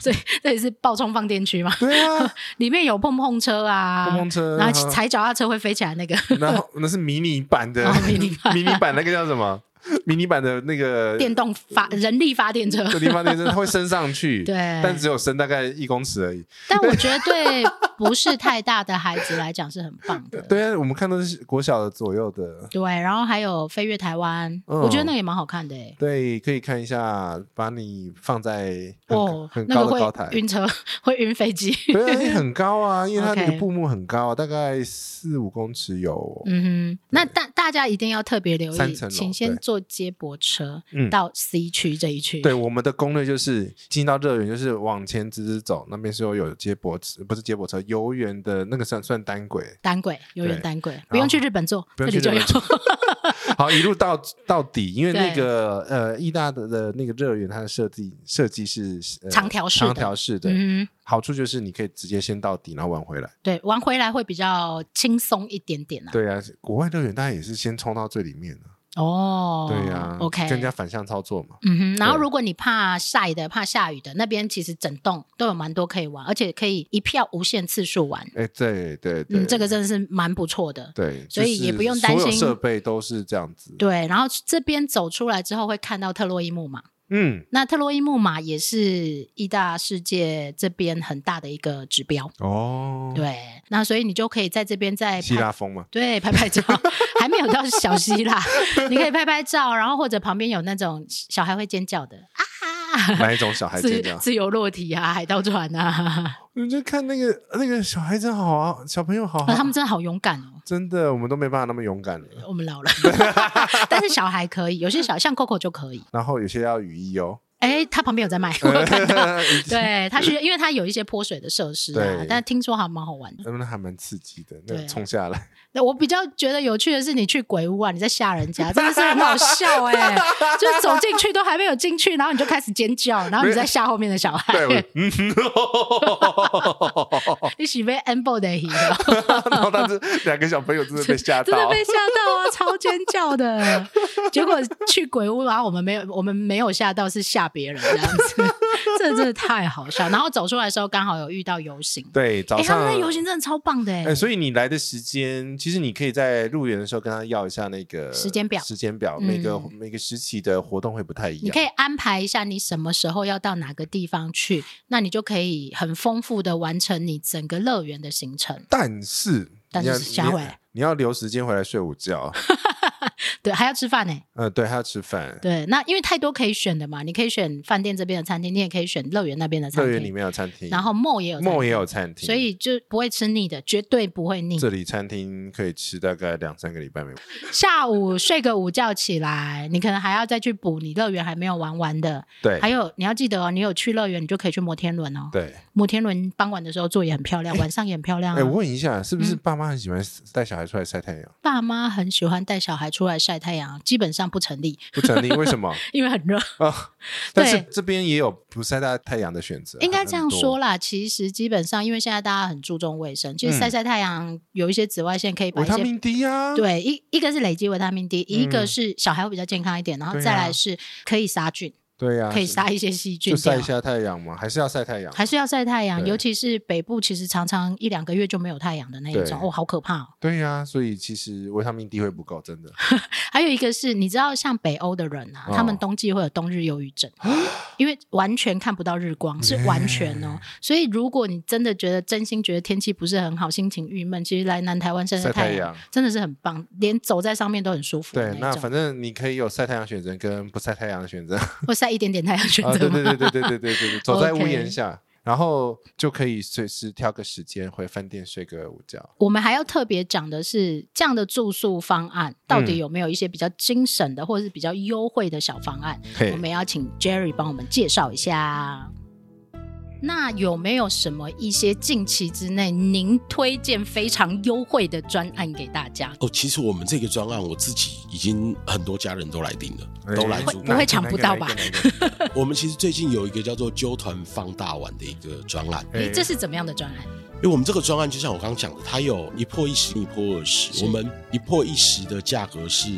B: 所以这里是爆冲放电区嘛，
A: 对啊，
B: 里面有碰碰车啊，
A: 碰碰车，嗯
B: 然后踩脚踏车会飞起来那个
A: 然后那是迷你版的
B: 哦迷你版
A: 迷你版那个叫什么？迷你版的那个
B: 电动发
A: 嗯
B: 人力发电车。
A: 这地方电针，它会升上去，
B: 对
A: 但只有升大概一公尺而已。
B: 但我觉得对不是太大的孩子来讲是很棒的。
A: 对啊，我们看到是国小的左右的，
B: 对，然后还有飞越台湾，
A: 嗯
B: 我觉得那个也蛮好看的欸诶。
A: 对，可以看一下，把你放在很
B: 哦，
A: 很
B: 那
A: 高
B: 个
A: 的高
B: 会
A: 台。
B: 晕车， *laughs* 会晕飞机。
A: 对啊，因为很高
B: *laughs*
A: 啊，因为它那
B: OK
A: 个布幕很高，啊大概四五公尺有。
B: 嗯哼，那大大家一定要特别留
A: 三
B: 意，
A: 层楼
B: 请
A: 对
B: 先坐接驳车
A: 嗯
B: 到 C 区这一区。
A: 对，我们的攻略就是进到乐园，就是往前直直走，那边是有有接驳车，不是接驳车，游园的那个算算单轨。
B: 单轨，永远
A: 对
B: 单轨，不用去日本坐，
A: 不
B: 这
A: 用去
B: 里就
A: 日
B: 有
A: 本。
B: *laughs*
A: 好，一路到到底，因为那
B: 对
A: 个呃，意大的的那个乐园，它的设计设计是、呃、
B: 长条式的
A: 长条式的，
B: 嗯哼，
A: 好处就是你可以直接先到底，然后玩回来。
B: 对，玩回来会比较轻松一点点啊。
A: 对啊，国外乐园大家也是先冲到最里面的、
B: 哦，
A: 对啊
B: ，OK，
A: 跟人家反向操作嘛。
B: 嗯哼，然后
A: 对
B: 如果你怕晒的、怕下雨的，那边其实整栋都有蛮多可以玩，而且可以一票无限次数玩。
A: 哎，对对对，
B: 嗯，这个真的是蛮不错的。
A: 对，
B: 所以
A: 就是
B: 也不用担心
A: 所有设备都是这样子。
B: 对，然后这边走出来之后会看到特洛伊木马，
A: 嗯，
B: 那特洛伊木马也是意大世界这边很大的一个指标。
A: 哦， *laughs*
B: 对，那所以你就可以在这边再
A: 希
B: 拍
A: 腊风嘛，
B: 对拍拍照， *laughs* 还没有到小希腊，你可以拍拍照，然后或者旁边有那种小孩会尖叫的啊，
A: 哪一种小孩
B: 自 *laughs*
A: 尖叫？
B: 自由落体啊，海盗船啊，
A: 你就看那个那个小孩真好啊，小朋友好
B: 那
A: 啊，
B: 哦他们真的好勇敢哦。
A: 真的我们都没办法那么勇敢了。
B: 我们
A: *laughs*
B: 老了，但是小孩可以，有些小像 Coco 就可以。
A: 然后有些要雨衣哦，
B: 哎，他旁边有在卖，我有看
A: *laughs*
B: 到。
A: 雨衣
B: 对，他需要，因为他有一些泼水的设施啊
A: 对，
B: 但听说还蛮好玩的。
A: 那还蛮刺激的，那个
B: 对啊
A: 冲下来， *laughs*
B: 那我比较觉得有趣的是，你去鬼屋啊，你在吓人家，真的是很好笑哎、就是走进去都还没有进去，然后你就开始尖叫，然后你在吓后面的小孩， *laughs*
A: 对，我嗯，
B: 你喜被 amble 的
A: *laughs*
B: 鱼，哦
A: 然后他这两个小朋友真的被吓
B: 真的
A: 到，
B: 被吓到啊，超尖叫的。结果去鬼屋，然后我们没有，我们没有吓到，是吓别人这样子，这真的太好笑。然后走出来的时候，刚好有遇到游行，
A: 对，早
B: 哎、他
A: 上
B: 们那游行真的超棒的哎、
A: 哎、所以你来的时间，其实你可以在入园的时候跟他要一下那个
B: 时间表
A: 时间表
B: 嗯
A: 每个、每个时期的活动会不太一样。
B: 你可以安排一下你什么时候要到哪个地方去，那你就可以很丰富的完成你整个乐园的行程。
A: 但是
B: 但
A: 你要
B: 是下回
A: 你你要留时间回来睡午觉。
B: 对，还要吃饭呢、
A: 嗯，对，还要吃饭。
B: 对，那因为太多可以选的嘛，你可以选饭店这边的餐厅，你也可以选乐园那边的餐
A: 乐
B: 厅，
A: 园里面有餐厅，
B: 然后梦也有餐
A: 梦也
B: 厅，
A: 有餐厅，
B: 所以就不会吃腻的，绝对不会腻。
A: 这里餐厅可以吃大概两三个礼拜没有。
B: 下午睡个午觉起来，你可能还要再去补你乐园还没有玩完的。
A: 对，
B: 还有你要记得哦，你有去乐园，你就可以去摩天轮哦。
A: 对。
B: 摩天轮傍晚的时候坐也很漂亮，晚上也很漂亮、啊。
A: 哎、我问一下，是不是 *laughs* 爸妈很喜欢带小孩出来晒太阳？
B: 爸妈很喜欢带小孩出来晒太阳，基本上不成立，
A: 不成立，为什
B: *laughs*
A: 么
B: 因为很热。
A: 啊？ *laughs* 但是
B: 对
A: 这边也有不晒大太阳的选择，啊
B: 应该这样说
A: 了。
B: 啦，其实基本上因为现在大家很注重卫生，其实
A: 嗯
B: 晒晒太阳有一些紫外线可以把
A: 维
B: 一
A: 他
B: 些。
A: 命 D 啊，
B: 对，一一个是累积维他命 D，、一
A: 嗯
B: 个是小孩会比较健康一点，然后
A: 对啊
B: 再来是可以杀菌，
A: 对呀、
B: 可以杀一些细菌
A: 就
B: 掉
A: 晒一。下太阳嘛，还是要晒太阳。
B: 还是要晒太阳，
A: 对
B: 尤其是北部，其实常常一两个月就没有太阳的那一种，
A: 对
B: 哦，好可怕哦。
A: 对呀、所以其实维他命 D 会不够，真的。
B: 还有一个是，你知道像北欧的人啊，
A: 哦
B: 他们冬季会有冬日忧郁症，因为完全看不到日光，是完全哦。
A: 哎
B: 所以如果你真的觉得真心觉得天气不是很好，心情郁闷，其实来南台湾晒
A: 晒太
B: 太阳
A: 阳
B: 真的是很棒，连走在上面都很舒服的
A: 对，
B: 那
A: 那
B: 一种。
A: 反正你可以有晒太阳选择跟不晒太阳的选择。
B: 会晒一点点太阳选
A: 啊，对
B: 择
A: 对
B: 吗？
A: 对对对对对对，走在
B: OK
A: 屋檐下，然后就可以随时挑个时间回饭店睡个午觉。
B: 我们还要特别讲的是，这样的住宿方案到
C: 嗯
B: 底有没有一些比较精神的，或者是比较优惠的小方案？
A: 嘿
B: 我们要请 Jerry 帮我们介绍一下。那有没有什么一些近期之内您推荐非常优惠的专案给大家？
C: 哦，其实我们这个专案，我自己已经很多家人都来订了，都来
A: 哎
C: 住
B: 不。会抢不到吧？
A: 哪一个哪一个哪一个
C: 我们其实最近有一个叫做“纠团放大碗”的一个专案，
B: 你
A: 哎
B: 这是怎么样的专案？
C: 因为我们这个专案就像我刚刚讲的，它有一破一十，一破二十。
B: 是
C: 我们一破一十的价格是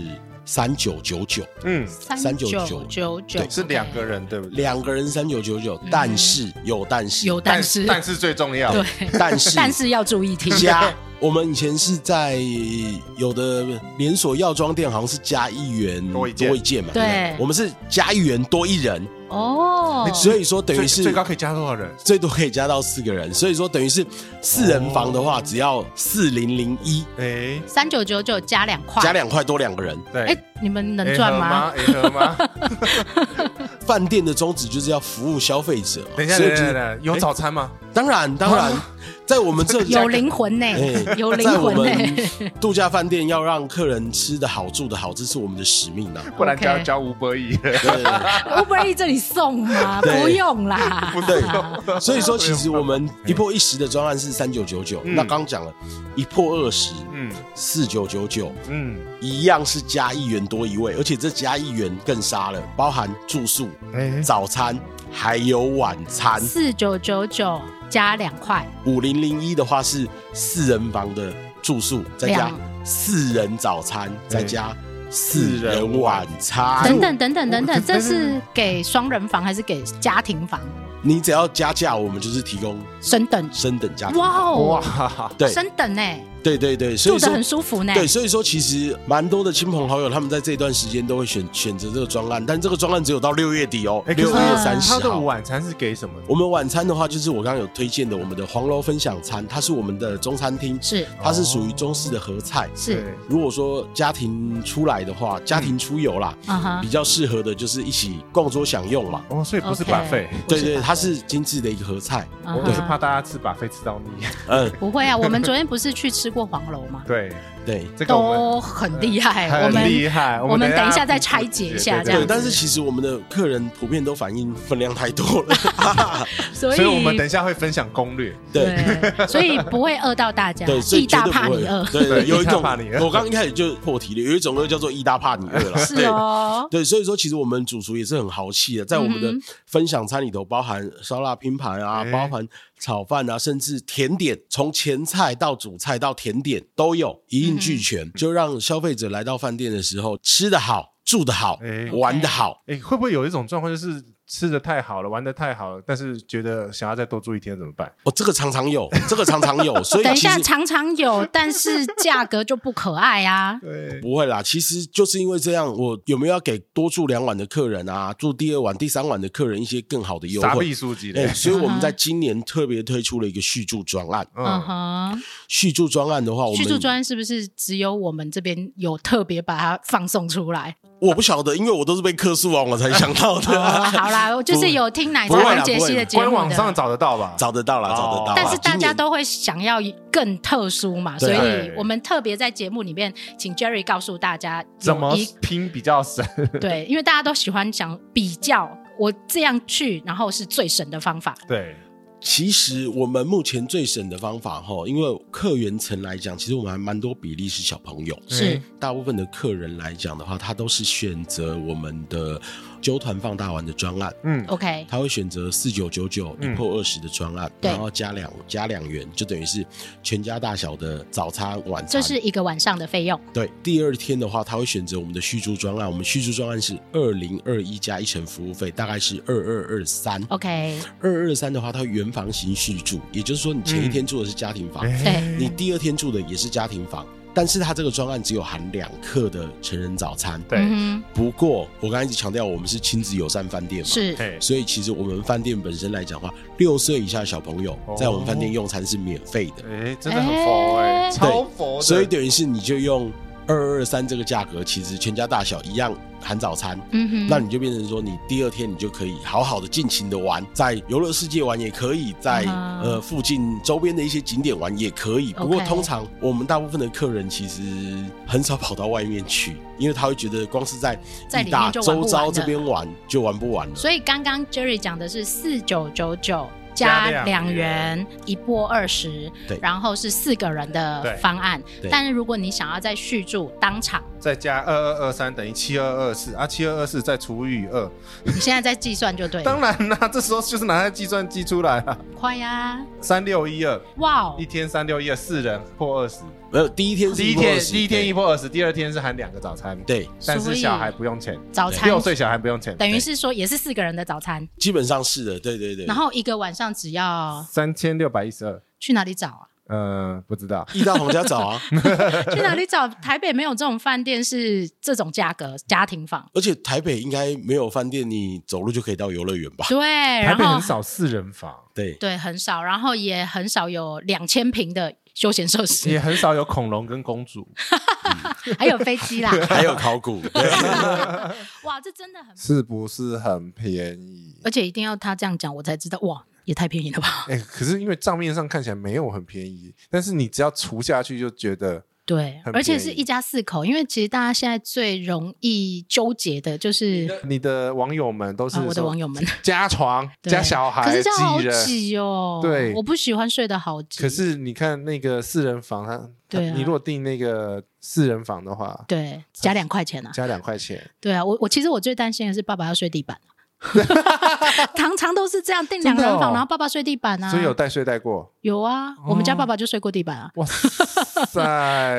C: 三九九九，
A: 嗯，
B: 三
C: 3999
B: 九九
C: 对
A: 哎是两个人对不对？
C: 两个人三九九九，但是有但
B: 嗯
C: 是
B: 有，但是
A: 但是最重要，
B: 对，
C: 但是
B: 但是要注意听。
C: 加。我们以前是在有的连锁药妆店，好像是加一元
A: 多一件
C: 嘛，
B: 对
C: 不我们是加一元多一人，
B: 哦，
C: 所以说等于
A: 最
C: 是
A: 最高可以加多少人？
C: 最多可以加到四个人，所以说等于是四人房的话，只要四零零一
A: 哎，
B: 三九九九加两块，
C: 加两块多两个人。
A: 对，
B: 哎，你们能
A: 哎
B: 赚
A: 合
B: 吗？
A: 吗？哎合吗？
B: *laughs*
C: 饭店的宗旨就是要服务消费者嘛，
A: 等一下，
C: 所
A: 等
C: 以
A: 一
C: 就
A: 下，
C: 是
A: 等一下，有早餐吗？
C: 当然当然，在我们这
B: 有灵魂呢、
C: 哎
B: 有灵
C: 在我
B: 魂呢、
C: 们度假饭店要让客人吃的好住的好，这是我们的使命
A: *laughs*
C: 呐、
A: 不然
B: OK
A: 交交吴伯义。
C: 对
B: Uber E 这里送吗？
C: 对
B: 不用啦，
C: 对，所以说其实我们一破一十的专案是三九九九，
A: 嗯
C: 那刚讲了，一破二十，
A: 嗯
C: 四九九九，
A: 嗯，
C: 一样是加一元多一位，而且这加一元更杀了，包含住宿、
A: 哎，
C: 早餐还有晚餐。
B: 四九九九加两块，
C: 五零零一的话是四人房的住宿，再加
B: 两
C: 四人早餐，再加四人晚餐
B: 等。等等等等
A: 我
C: 嗯
B: 等，这
A: 但是
B: 是给双人房还是给家庭房？
C: 你只要加价，我们就是提供
B: 升等，
C: 升等价。
B: 哇哦，
A: 哇，
C: 啊对
B: 升等呢、
C: 对对对，所
B: 住
C: 以
B: 得
C: 说
B: 很舒服呢、
C: 对，所以说其实蛮多的亲朋好友，他们在这段时间都会选选择这个专案，但这个专案只有到六月底哦，
A: 哎，可
C: 六
A: 是
B: 啊
A: 他
C: 月三十
A: 他的
C: 号。
A: 晚餐是给什么的？
C: 我们晚餐的话，就是我刚刚有推荐的我们的黄楼分享餐，它是我们的中餐厅，
B: 是
C: 它是属于中式的合菜。
B: 是，
C: 如果说家庭出来的话，家庭出游啦，
B: 嗯啊哈
C: 比，较适合的就是一起共桌享用嘛。
A: 哦，所以不是
B: OK
A: 把费，
B: 不
C: 对
B: 是啊
C: 对，
B: 吧
C: 它是精致的一个合菜。
B: 啊哈
A: 我我是怕大家吃把费吃到腻。 *laughs*
B: *laughs*
C: 嗯，
B: 不会啊，我们昨天不是去吃过黄楼吗？
A: 对，
C: 对
A: *laughs* 这个我们
B: 都很厉害，我
A: 很
B: 们
A: 厉害。
B: 我们等一下再
A: 补
B: 拆解一下
A: 对对
B: 这
C: 对，
B: 样
A: 对
C: 但是其实我们的客人普遍都反映分量太多了。
B: *laughs*
C: *laughs*
B: 所
A: 所以我们等一下会分享攻略。
C: 对。
B: 对，所以不会饿到大家，
C: 对，所以
B: 地
C: 绝
B: 大
C: 对
B: 怕
C: 不会
B: 你饿，
C: 对对，
A: 对
B: *laughs*
C: 有一
A: 一大
C: 种
A: 怕你饿
C: 我刚一开始就破题了，有一种饿叫做“一大怕你饿” *laughs*
B: *laughs*
C: 了。
B: 是哦。
C: 对，对，所以说其实我们主厨也是很豪气的，在我们的
B: 嗯
C: 分享餐里头，包含烧腊拼盘啊，
A: 哎
C: 包含炒饭啊，甚至甜点，从前菜到主菜到甜点都有，一应
B: 嗯
C: 俱全，就让消费者来到饭店的时候吃得好、住得好
A: 哎、
C: 玩得好。
A: 哎，会不会有一种状况，就是吃的太好了，玩的太好了，但是觉得想要再多住一天怎么办？
C: 哦，这个常常有，这个常常
B: *laughs*
C: 有，所以
B: 等一
C: 其
B: 下，
C: 实。
B: 常常
C: *laughs*
B: 有，但是价格就不可爱啊。
C: 嗯
A: 对，
C: 不会啦，其实就是因为这样，我有没有要给多住两晚的客人啊，住第二晚、第三晚的客人一些更好的优
A: 傻
C: 惠
A: 逼？书籍
C: 哎、
A: 嘞。
C: 所以我们在
B: 嗯哼
C: 今年特别推出了一个续住专案。
B: 嗯
A: 嗯，
B: 哼，
C: 续住专案的话，我们
B: 叙述专案是不是只有我们这边有特别把它放送出来？
C: 我不晓得，因为我都是被客诉啊完我才想到
B: *laughs*
C: 的、
B: 哦，好
C: *laughs*
B: 啦，我就是有听奶茶
C: 啊不会啦
B: 跟杰西的节
A: 官
B: 目
A: 网上
B: 的，
A: 找得到吧？
C: 找啊得到啦，
A: 哦
C: 找得到啦。
B: 但是大
C: 今
B: 家
C: 年
B: 都会想要更特殊嘛，所
C: 对
B: 以我们特别在节目里面请 Jerry 告诉大家
A: 怎
B: 有
A: 么
B: 一
A: 拼比较省？ *laughs*
B: 对，因为大家都喜欢讲比较，我这样去，然后是最省的方法。
A: 对，
C: 其实我们目前最省的方法哈，因为客源层来讲，其实我们还蛮多比例是小朋友，
B: 是
C: 大部分的客人来讲的话，他都是选择我们的纠团放大丸的专案。
A: 嗯
B: OK，
C: 他会选择四九九九一
A: 嗯
C: 破二十的专案，
B: 对
C: 然后加两加两元，就等于是全家大小的早餐晚餐。
B: 这是一个晚上的费用。
C: 对，第二天的话，他会选择我们的续租专案。我们续租专案是二零二一加一成服务费，大概是二二二三。
B: OK，
C: 二二三的话，它会原房型续住，也就是说，你前一天住的是家庭房，
A: 嗯
B: 对
C: 你第二天住的也是家庭房，但是它这个专案只有含两克的成人早餐。
A: 对
B: 嗯
C: 不过我刚才一直强调，我们是亲子友善饭店
B: 哼
C: 嘛，。
B: 是
A: 嘿
C: 所以其实我们饭店本身来讲的话，六岁以下的小朋友
A: 哦
C: 在我们饭店用餐是免费的，
A: 哎，真的很佛哎，
B: 哎
A: 超佛的，
C: 所以等于是你就用二二三这个价格，其实全家大小一样含早餐，
B: 嗯哼，
C: 那你就变成说，你第二天你就可以好好的尽情的玩，在游乐世界玩也可以，在、
B: 啊
C: 呃附近周边的一些景点玩也可以。不过
B: OK
C: 通常我们大部分的客人其实很少跑到外面去，因为他会觉得光是在
B: 在
C: 义
B: 里
C: 大
B: 面就玩不
C: 周遭
B: 完
C: 这
B: 了
C: 边玩就玩不完了。
B: 所以刚刚 Jerry 讲的是四九九九
A: 加
B: 加
A: 两
B: 两
A: 元
B: 元一波二十
C: 对，
B: 然后是四个人
A: 对
B: 的方案
C: 对。
B: 但是如果你想要再续住当场，
A: 再加二二二三等于七二二四啊，七二二四再除以二，
B: 你现在再计算就对
A: 当
B: 了。
A: 然啦，这时候就是拿来计算机出来了，
B: 快呀！
A: 三六一二，
B: 哇哦
A: 一，天三六一二四人破二十，
C: 没有第一天是
A: 第一
C: 波
A: 天
C: 尔斯
A: 第一天
C: 对
A: 一破二十，第二天是含两个早餐，，
C: 对，
A: 但
B: 所
A: 是
B: 以
A: 小孩不用钱，
B: 早餐
A: 六岁小孩不用钱，
B: 等于是说也是四个人的早餐，
C: 基本上是的，对对对。
B: 然后一个晚上只要
A: 三千六百一十二，
B: 去哪里找啊？
A: 呃，不知道，
C: 义大洪家早啊，
B: 去哪里找？台北没有这种饭店是这种价格家庭房。
C: 而且台北应该没有饭店，你走路就可以到游乐园吧？
B: 对，
A: 台
B: 哎然
A: 北
B: 后
A: 很少四人
B: *laughs*
A: 房，
C: 对，
B: 对很少，然后也很少有两千平的休闲设施
A: *laughs* 也，很少有恐龙跟公主，
B: 还有飞机
A: *laughs*
B: 啦。
C: *laughs* 还有考古，对
B: 哇，这真的很，
A: 是不是很便宜？
B: 而且一定要他这样讲，我才知道，哇，也太便宜了吧？ *laughs*
A: 哎、可是因为账面上看起来没有很便宜，但是你只要除下去就觉得
B: 对
A: 很，
B: 而且
A: 便宜
B: 是一家四口，因为其实大家现在最容易纠结的就是。
A: 你的网友们都是、
B: 啊，我的网友们，
A: 加床
B: 对
A: 加小孩，
B: 可是这样好
A: 挤人
B: 挤哦。
A: 对
B: 我不喜欢睡得好挤。
A: 可是你看那个四人房，它它
B: 对啊
A: 你如果订那个四人房的话，
B: 对，加两块钱啊。
A: 加两块钱，
B: 对啊，我我其实我最担心的是爸爸要睡地
A: *laughs*
B: 板，啊 *laughs* 常常都是这样订两
A: 真
B: 人
A: 的哦
B: 房，然后爸爸睡地板啊。
A: 所以有哦带睡带过，
B: 有啊，我们家爸爸就睡过地板啊。
A: 哇 塞！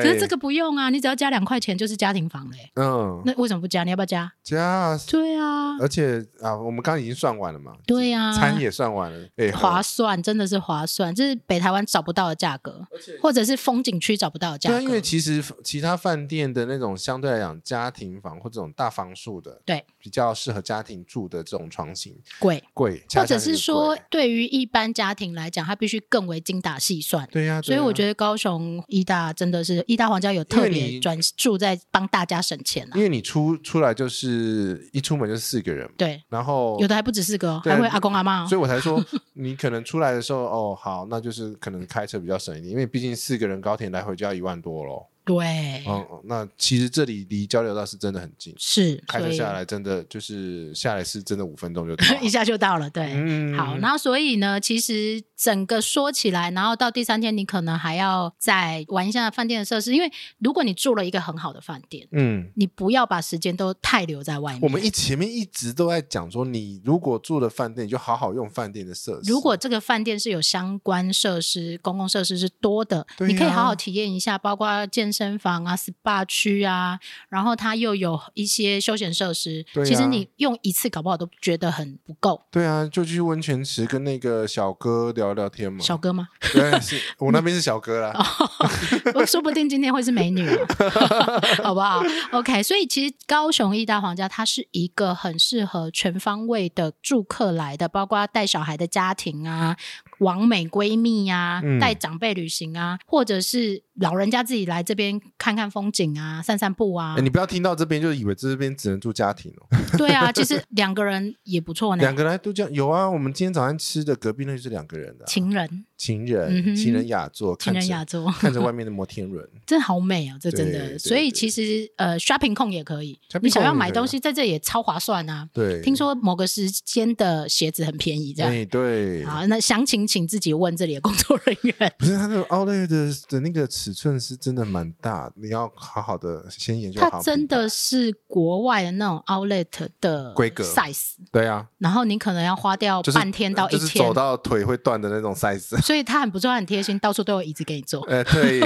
B: *laughs* 可是这个不用啊，你只要加两块钱就是家庭房嘞。
A: 嗯
B: 那为什么不加？你要不要加？
A: 加，
B: 对啊，
A: 而且啊，我们刚刚已经算完了嘛，
B: 对呀、
A: 餐也算完了，哎、
B: 划算，真的是划算，这是北台湾找不到的价格，或者是风景区找不到的价
A: 对
B: 格。
A: 啊，因为其实其他饭店的那种相对来讲家庭房或这种大房数的，
B: 对，
A: 比较适合家庭住的这种床型
B: 贵，
A: 贵，恰
B: 或
A: 恰
B: 者
A: 就是
B: 说
A: 贵，
B: 对于一般家庭来讲，它必须更为精打细算。
A: 对呀、
B: 所以我觉
A: 得，
B: 得高雄医大真的是医大皇家有特
A: 因为
B: 别
A: 你
B: 专注在帮大家省钱啊
A: 因。为你出出来就是一出门就是四个人嘛，
B: 对，
A: 然后
B: 有的还不止四个哦，
A: 对啊
B: 还会阿公阿妈
A: 所。以我才
B: *laughs*
A: 说，你可能出来的时候，哦，好，那就是可能开车比较省一点，因为毕竟四个人高铁来回就要一万多咯。
B: 对，
A: 嗯，嗯那其实这里离交流道是真的很近，
B: 是，
A: 开
B: 所
A: 车
B: 以
A: 下来真的就是下来是真的五分钟就到
B: *laughs*
A: 了。
B: 一下就到了。对，
A: 嗯
B: 好，然后所以呢，其实整个说起来，然后到第三天，你可能还要再玩一下饭店的设施，因为如果你住了一个很好的饭店，
A: 嗯，
B: 你不要把时间都太留在外面。
A: 我们一前面一直都在讲说，你如果住了饭店，你就好好用饭店的设施。
B: 如果这个饭店是有相关设施、公共设施是多的，
A: 对呀
B: 你可以好好体验一下，包括健身房啊、SPA 区啊，然后它又有一些休闲设施。
A: 对呀
B: 其实你用一次搞不好都觉得很不够。
A: 对啊，就去温泉池跟那个小哥聊聊天嘛。
B: 小哥哦吗？
A: 对，是我那边是小哥啦。
B: *laughs* 我说不定今天会是美女
A: *laughs*
B: 哦，好不好？OK，所以其实高雄义大皇家它是一个很适合全方位的住客来的，包括带小孩的家庭啊、完美闺蜜啊
A: 嗯、
B: 带长辈旅行啊，或者是老人家自己来这边看看风景啊，散散步啊
A: 哎，。你不要听到这边就以为这边只能住家庭哦。
B: 对啊，其实两个人也不错呢，
A: 两个人来度假有啊，我们今天早上吃的隔壁那就是两个人的啊、
B: 情人
A: 情
B: 嗯哼
A: 人情人雅座，
B: 情
A: 看
B: 人
A: 着
B: 雅座，
A: 看着外面的摩天轮，
B: 真好美哦，这真
A: 对
B: 的。
A: 对
B: 所以
A: 对
B: 其实呃，shopping 控也可以
A: shopping，
B: 你想要
A: 控也
B: 买
A: 可以
B: 东
A: 啊
B: 西在这里也超划算啊。
A: 对，
B: 听说某个时间的鞋子很便宜，这样。
A: 哎对，
B: 好，那详情请自己问这里的工作人
A: *laughs*
B: 员。
A: 不是它的 outlet 的的那个尺寸是真的蛮大，你要好好的先研究好。
B: 它真的是国外的那种 outlet 的
A: 规格
B: size，
A: 对啊，
B: 然后你可能要花掉
A: 就是呃
B: 半天到一
A: 就
B: 天，
A: 是走到腿会断的那种 size。 *laughs*
B: 所以它很不错，它很贴心，到处都有椅子给你坐。
A: 呃，
B: *laughs*
A: 对，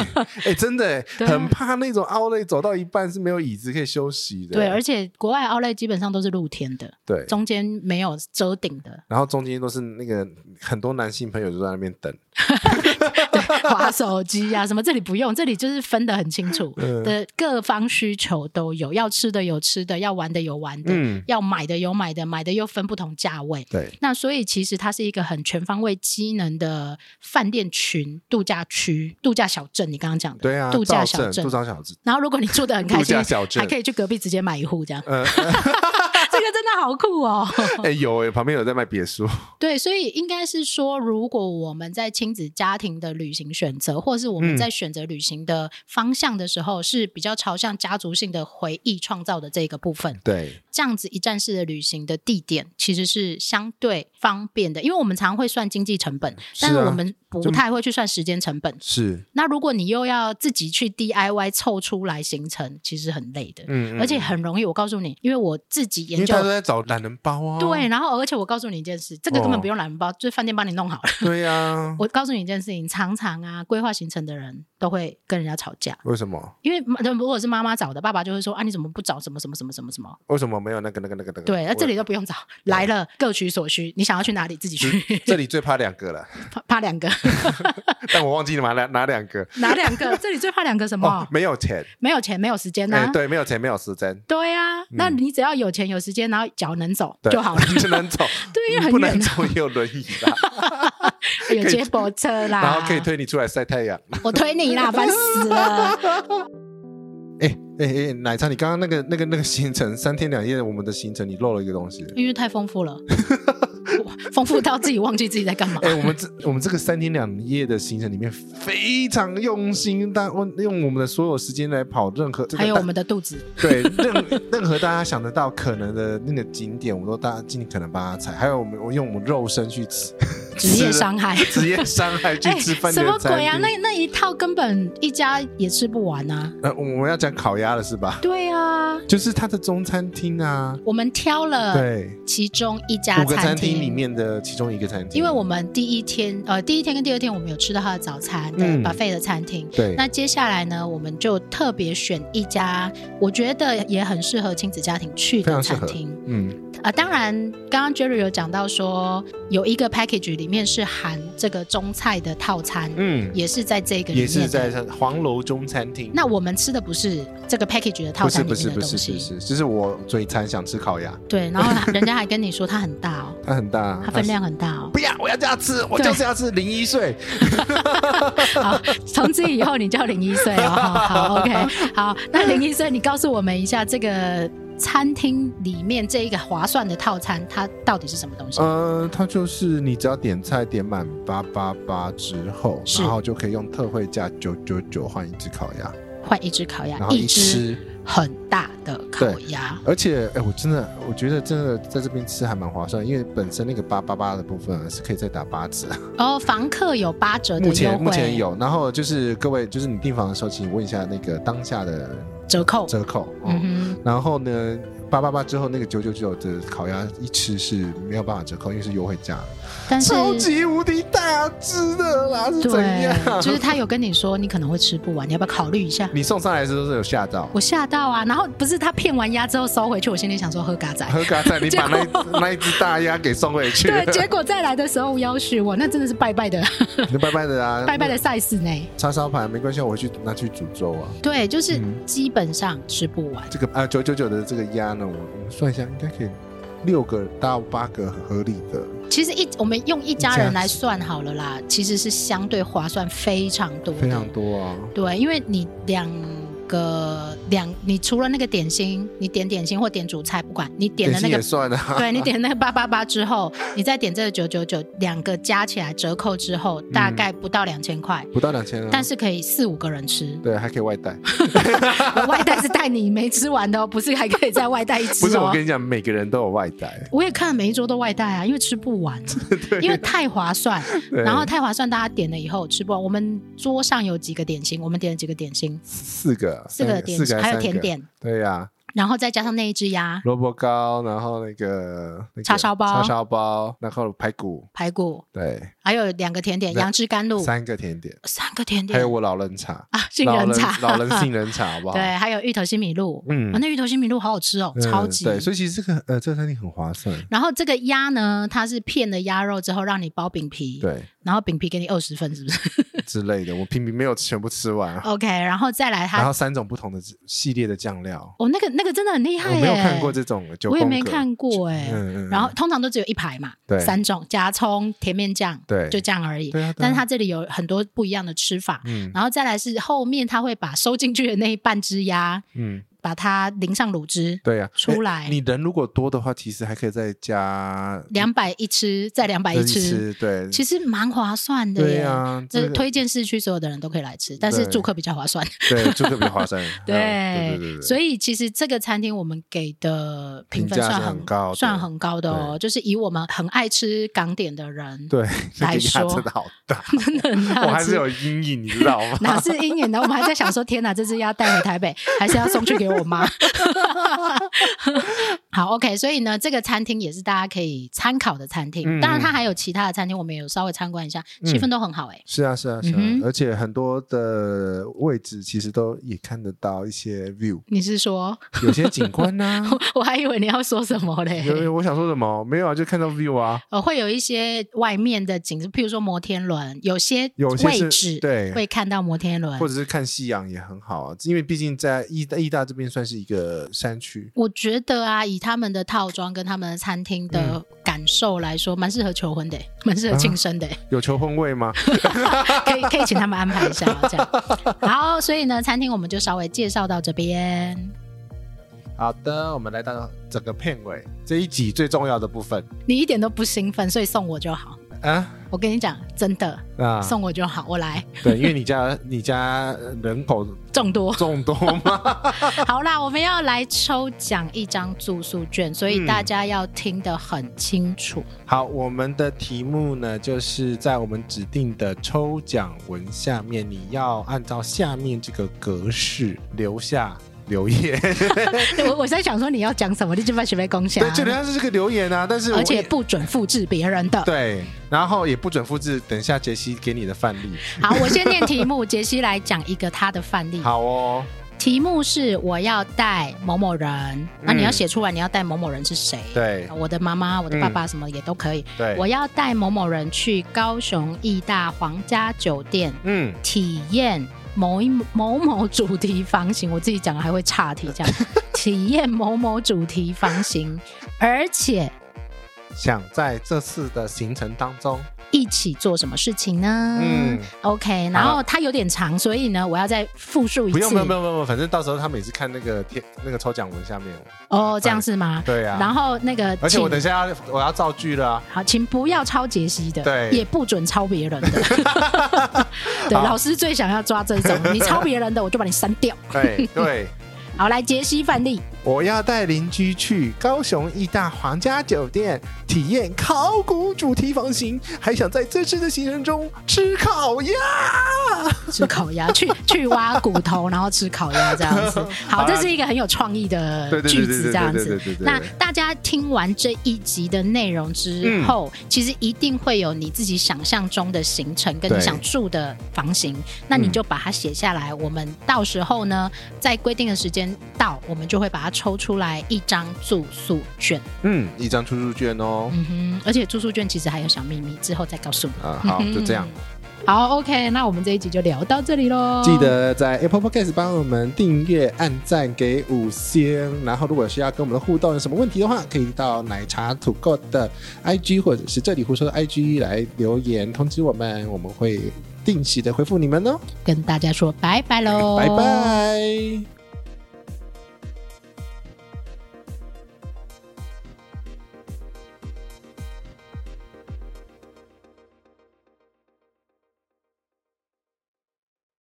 A: 哎，真的欸，
B: 对啊
A: 很怕那种 outlet 走到一半是没有椅子可以休息的。
B: 对，而且国外 outlet 基本上都是露天的，
A: 对，，
B: 中间没有遮顶的
A: 然后中间都是那个很多男性朋友就在那边等。
B: *laughs* 划手机呀、什么，这里不用，这里就是分得很清
A: *laughs*
B: 楚
A: 嗯
B: 的，各方需求都有，要吃的有吃的，要玩的有玩的，
A: 嗯，
B: 要买的有买的，买的又分不同价位。
A: 对，
B: 那所以其实它是一个很全方位机能的饭店群、度假区、度假小镇。你刚刚讲的，
A: 对啊，
B: 度假
A: 造
B: 小
A: 镇，
B: 镇
A: 度。假小
B: *laughs*
A: 镇，
B: 然后如果你住的很开
A: 度
B: 心
A: 假，小镇
B: 还可以去隔壁直接买一户这
A: *laughs*
B: 样。 *laughs*
A: 呃，
B: 这个真的好酷哦！
A: 哎、有哎、旁边有在卖别
B: *laughs*
A: 墅，
B: 对，所以应该是说，如果我们在亲子家庭的旅行选择，或是我们
A: 嗯
B: 在选择旅行的方向的时候，是比较朝向家族性的回忆创造的这个部分。
A: 对，
B: 这样子一站式的旅行的地点其实是相对方便的，因为我们常会算经济成本，
A: 是
B: 但
A: 啊
B: 是我们不太会去算时间成本。
A: 是，
B: 那如果你又要自己去 DIY 凑出来行程，其实很累的，
A: 嗯，嗯
B: 而且很容易。我告诉你，因为我自己
A: 因
B: 研
A: 为
B: 究
A: 他都。在找懒人包啊，
B: 对，然后而且我告诉你一件事，这个根
A: 哦
B: 本不用懒人包，就是饭店帮你弄好了。
A: 对
B: *laughs*
A: 呀、啊，
B: 我告诉你一件事情，常常啊，规划行程的人都会跟人家吵架，
A: 为什么
B: 因为如果是妈妈找的，爸爸就会说啊，你怎么不找什么什么什么什么什么？
A: 为什么没有那个那个那个那个？
B: 对，那
A: 嗯我
B: 这里都不用找，来了各取所需，你想要去哪里自己去，
A: 这里最怕两个了，
B: *laughs*
A: *laughs*
B: 怕怕两个， *laughs*
A: 但我忘记了拿哪哪两个
B: 哪两个？这里最怕两个什么？
A: 哦，没有钱，
B: 没有钱，没有时间呐、
A: 哎、对，没有钱，没有时间，
B: 对啊，那你只要有钱有时间，然后脚能走
A: 对。
B: 就好了
A: *laughs* 就能走，
B: *laughs* 对，因为
A: 你
B: 很
A: 不能
B: 远啊，
A: 走也有轮椅
B: *laughs*
A: 啦，
B: 有接驳车啦，
A: 然后可以，推你出来晒太阳。
B: 我推你啦，烦死
A: *laughs*
B: 了。
A: 哎哎哎，奶茶，你刚刚那个那个那个行程三天两夜，我们的行程你漏了一个东西。
B: 因为太丰富了，我丰富到自己忘记自己在干嘛
A: 哎、。我们这我们这个三天两夜的行程里面非常用心，但用我们的所有时间来跑任何，这个
B: 还有
A: 大
B: 我们的肚子，
A: 对任任何大 *laughs* 家想得到可能的那个景点，我们都大家尽可能帮他踩。还有我们我用我们肉身去吃， *laughs*
B: 职业伤害哎
A: 吃了职业伤害去吃饭
B: 什
A: 店
B: 么
A: 的餐
B: 鬼
A: 厅。
B: 啊？那那一套根本一家也吃不完啊！
A: 呃，我们要讲烤鸭了是吧？
B: 对啊，
A: 就是它的中餐厅啊，
B: 我们挑了
A: 对，
B: 其中一家
A: 五个
B: 餐
A: 餐厅里，面的其中一个餐厅，
B: 因为我们第一天呃第一天跟第二天我们有吃到他的早餐的
A: 嗯
B: buffet 的餐厅。
A: 对
B: 那接下来呢，我们就特别选一家，我觉得也很适合亲子家庭去
A: 非
B: 的
A: 常适
B: 餐
A: 合
B: 厅。
A: 嗯
B: 啊、当然，刚刚 Jerry 有讲到说，有一个 package 里面是含这个中菜的套餐，
A: 嗯
B: 也是在这个里面
A: 也是
B: 的
A: 在黄楼中餐厅。
B: 那我们吃的不是这个 package 的套
A: 不是
B: 餐里
A: 不
B: 面
A: 是
B: 的
A: 不
B: 东
A: 是不
B: 西，
A: 是，就是我嘴馋想吃烤鸭，
B: 对。然后人家还跟你说它很大哦，
A: 它很大，
B: 它分量很大哦。
A: 不要，我要这样吃，我
B: 对
A: 就是要吃零一岁。
B: 好，从此以后你叫林一
A: *laughs*
B: 岁哦。好好，OK，好，那林一岁，你告诉我们一下这个餐厅里面这一个划算的套餐，它到底是什么东西？
A: 呃，它就是你只要点菜点满八八八之后，
B: 是
A: 然后就可以用特惠价九九九换一只烤鸭，
B: 换一只烤鸭
A: 然，后
B: 一
A: 一
B: 只
A: 吃。
B: 很大的烤鸭，
A: 而且，哎，我真的，我觉得真的在这边吃还蛮划算，因为本身那个八八八的部分啊是可以再打八折，
B: 然后哦房客有八折的
A: 目
B: 优
A: 前目前
B: 惠
A: 有。然后就是各位，就是你订房的时候，请问一下那个当下的
B: 折扣。
A: 折扣。哦
B: 嗯哼，
A: 然后呢，八八八之后那个九九九的烤鸭一吃是没有办法折扣，因为是优惠价，
B: 但是
A: 超级无敌大只的啦，是怎
B: 对，
A: 样？
B: 就是他有跟你说你可能会吃不完，你要不要考虑一下？
A: *laughs* 你送上来的时候是有吓到，
B: 我吓到啊！然后不是他骗完鸭之后收回去，我心里想说喝嘎仔。
A: 喝嘎仔，你把那
B: 结
A: 一
B: 果
A: 那一只大鸭给送回去，
B: 对，结果再来的时候要许我，那真的是拜拜的
A: *laughs* 你拜拜的啊，
B: 拜拜的 size 呢。
A: 叉烧盘没关系，我回去拿去煮粥啊。
B: 对，就是
A: 嗯
B: 基本上吃不完。
A: 这个啊九九九的这个鸭呢，我我们算一下，应该可以六个到八个合理的。
B: 其实一我们用一家
A: 一家
B: 人来算好了啦，其实是相对划算非常多的，
A: 非常多啊，
B: 对，因为你两个两，你除了那个点心，你点点心或点主菜，不管你点
A: 点
B: 了那
A: 心
B: 个
A: 也算
B: *laughs*
A: 啊，
B: 对你点那个八八八之后，你再点这个九九九，两个加起来折扣之后，大概不到两千块，
A: 不到两千啊，
B: 但是可以四五个人吃。
A: 对还可以外带。
B: 我外带是带你没吃完的、哦，不是还可以再外带一吃
A: *laughs* 不是
B: 哦
A: 我。跟你讲，每个人都有外带，
B: 我也看每一桌都外带啊，因为吃不
A: *laughs*
B: 完，因为太划算，
A: 对
B: 然后太划算，大家点了以后吃不完。我们桌上有几个点心，我们点了几个点心，
A: 四个
B: 四
A: 三
B: 个点
A: 四
B: 心，
A: 个
B: 还有
A: 三个
B: 甜，点，
A: 对呀，
B: 然后再加上那一只鸭、
A: 萝卜糕，然后那个那个
B: 叉烧包
A: 叉烧包，然后排骨，
B: 排骨，
A: 对，
B: 还有两个甜点，
A: 那
B: 杨枝甘露，
A: 三个甜点，
B: 三个甜点
A: 还有我老人茶，
B: 啊，杏仁茶，
A: 老人老人杏仁茶，好不好？
B: *laughs* 对，还有芋头西米露，
A: 嗯
B: 啊，那芋头西米露好好吃哦，
A: 嗯，
B: 超级。
A: 对，所以其实这个呃，这个餐厅很划算，
B: 然后这个鸭呢，它是片了鸭肉之后让你包饼皮，
A: 对
B: 然后饼皮给你二十份，是不是 *laughs*
A: 之类的，我平平没有全部吃完，
B: ？OK，然后再来
A: 然
B: 它，
A: 后三种不同的系列的酱料，
B: 哦，那个那个真的很厉
A: 我
B: 害耶，
A: 没有看过这种九
B: 我也
A: 宫
B: 没
A: 格
B: 看过哎、
A: 嗯嗯嗯
B: 然后通常都只有一排嘛，
A: 对
B: 三种加葱、甜面酱，
A: 对
B: 就这样而已。
A: 对啊对啊
B: 但是它这里有很多不一样的吃法，
A: 嗯
B: 然后再来是后面它会把收进去的那一半只鸭，
A: 嗯，
B: 把它淋上卤汁，
A: 对呀，
B: 出
A: 诶
B: 来
A: 你人如果多的话，其实还可以再加
B: 两百一吃，再两百一
A: 再去
B: 吃，
A: 吃，对，
B: 其实蛮划算的
A: 对
B: 耶。
A: 呀，
B: 这
A: 个
B: 推荐市区所有的人都可以来吃，但是
A: 对
B: 住客比较划算。
A: 对就特别划
B: *laughs*
A: 算，嗯对对对，
B: 所
A: 以
B: 以其实这个餐厅我们给的评分
A: 评价
B: 算
A: 是很高的
B: 算很高的哦。就是以我们很爱吃港点的人，
A: 对，那
B: 来
A: 个 *laughs* 压
B: 说
A: 真的好大，
B: *laughs* 真
A: *laughs*
B: 的很
A: 我
B: 爱
A: 还
B: 吃
A: 是。有阴影，你知道吗？
B: 哪是鹰眼呢？我们还在想说，天哪，这只要带回台北，还是要送去给我妈？ *laughs* 好，OK，所以呢，这个餐厅也是大家可以参考的餐厅。
A: 嗯
B: 当然，它还有其他的餐厅，我们也有稍微参观一下，气氛都很好哎、
A: 是啊，是啊，是啊，
B: 嗯哼
A: 而且很多的位置其实都也看得到一些 view，
B: 你是说， *laughs*
A: 有些景观呐、
B: 我还以为你要说什么嘞？
A: 有有我想说什么？没有啊，就看到 view 啊。
B: 呃，会有一些外面的景，譬如说摩天轮，有些
A: 有些是
B: 位置
A: 对
B: 会看到摩天轮
A: 或。者是看夕阳也很好啊，因为毕竟在意大意大这边算是一个山区，
B: 我觉得啊，以他们的套装跟他们的餐厅的
A: 嗯
B: 感受来说，蛮适合求婚的，欸蛮
A: 啊
B: 适合庆生的，欸
A: 有求婚位
B: *laughs*
A: 吗？
B: 可以可以请他们安排一下哦这样。好，所以呢，餐厅我们就稍微介绍到这边。
A: 好的，我们来到整个片尾这一集最重要的部分
B: 你一点都不兴奋，所以送我就好。
A: 啊
B: 我跟你讲，真的
A: 啊！
B: 送我就好，我来
A: 对，因为你家你家人口
B: 众多。 *laughs*
A: 众多嘛，
B: 好啦，我们要来抽奖一张住宿券，所
A: 嗯
B: 以大家要听得很清楚。
A: 好，我们的题目呢，就是在我们指定的抽奖文下面，你要按照下面这个格式留下留言。
B: 对我我在想说你要讲什么，你就把学费攻下
A: 对，，就留下这个留言啊，但是我
B: 而且不准复制别人的。
A: 对，然后也不准复制。等一下杰西给你的范例，
B: 好，我先念题目，杰西来讲一个他的范例。
A: 好哦，
B: 题目是我要带某某人，那
A: 嗯
B: 你要写出来你要带某某人是谁？
A: 对嗯
B: 我的妈妈、我的爸爸什么也都可以。
A: 对，
B: 我要带某某人去高雄义大皇家酒店
A: 嗯，
B: 体验某一某某主题房型，我自己讲的还会岔题这样，
A: *laughs*
B: 体验某某主题房型，而且
A: 想在这次的行程当中，
B: 一起做什么事情呢？
A: 嗯
B: 嗯，OK，然后它有点长，所以呢，我要再复述一次。
A: 不用不用不用不用，反正到时候他每次看那个贴那个抽奖文下面，
B: 哦，这样是吗？
A: 对呀、
B: 然后那个，
A: 而且我
B: 请
A: 等一下要我要造
B: *laughs*
A: 句了啊、
B: 好，请不要抄杰西的，
A: 对
B: 也不准抄别
A: *laughs*
B: 人的。对，老师最想要抓这种，你抄别人的，我就把你删掉。
A: 对
B: *laughs*
A: 对，
B: 好，来杰西范例，
A: 我要带邻居去高雄义大皇家酒店体验考古主题房型，还想在这次的行程中吃烤鸭。
B: 吃烤鸭， *laughs* 去去挖骨头，然后吃烤鸭这样 *laughs* 子。
A: 好
B: 好，啊
A: 啦
B: 这是一个很有创意的
A: 对对对
B: 句
A: 对
B: 子，
A: 对
B: 这样
A: 对对
B: 子
A: 对对。对
B: 那大家听完这一集的内容之后，其实一定会有你自己想象中的行程跟
A: 对
B: 你想住的房型，那你就把它写下来。我们到时候呢，在规定的时间到，我们就会把它抽出来一张住宿券。
A: 嗯，一张出入券哦。
B: 嗯哼，而且住宿券其实还有小秘密，之后再告诉你。
A: 啊，好，就这样。
B: 好，OK，那我们这一集就聊到这里喽。
A: 记得在 Apple Podcast 帮我们订阅、按赞、给五星。然后，如果需要跟我们的互动，有什么问题的话，可以到奶茶土购的 IG 或者是这里胡说的 IG 来留言通知我们，我们会定期的回复你们哦。
B: 哦跟大家说拜拜喽，
A: 拜。拜。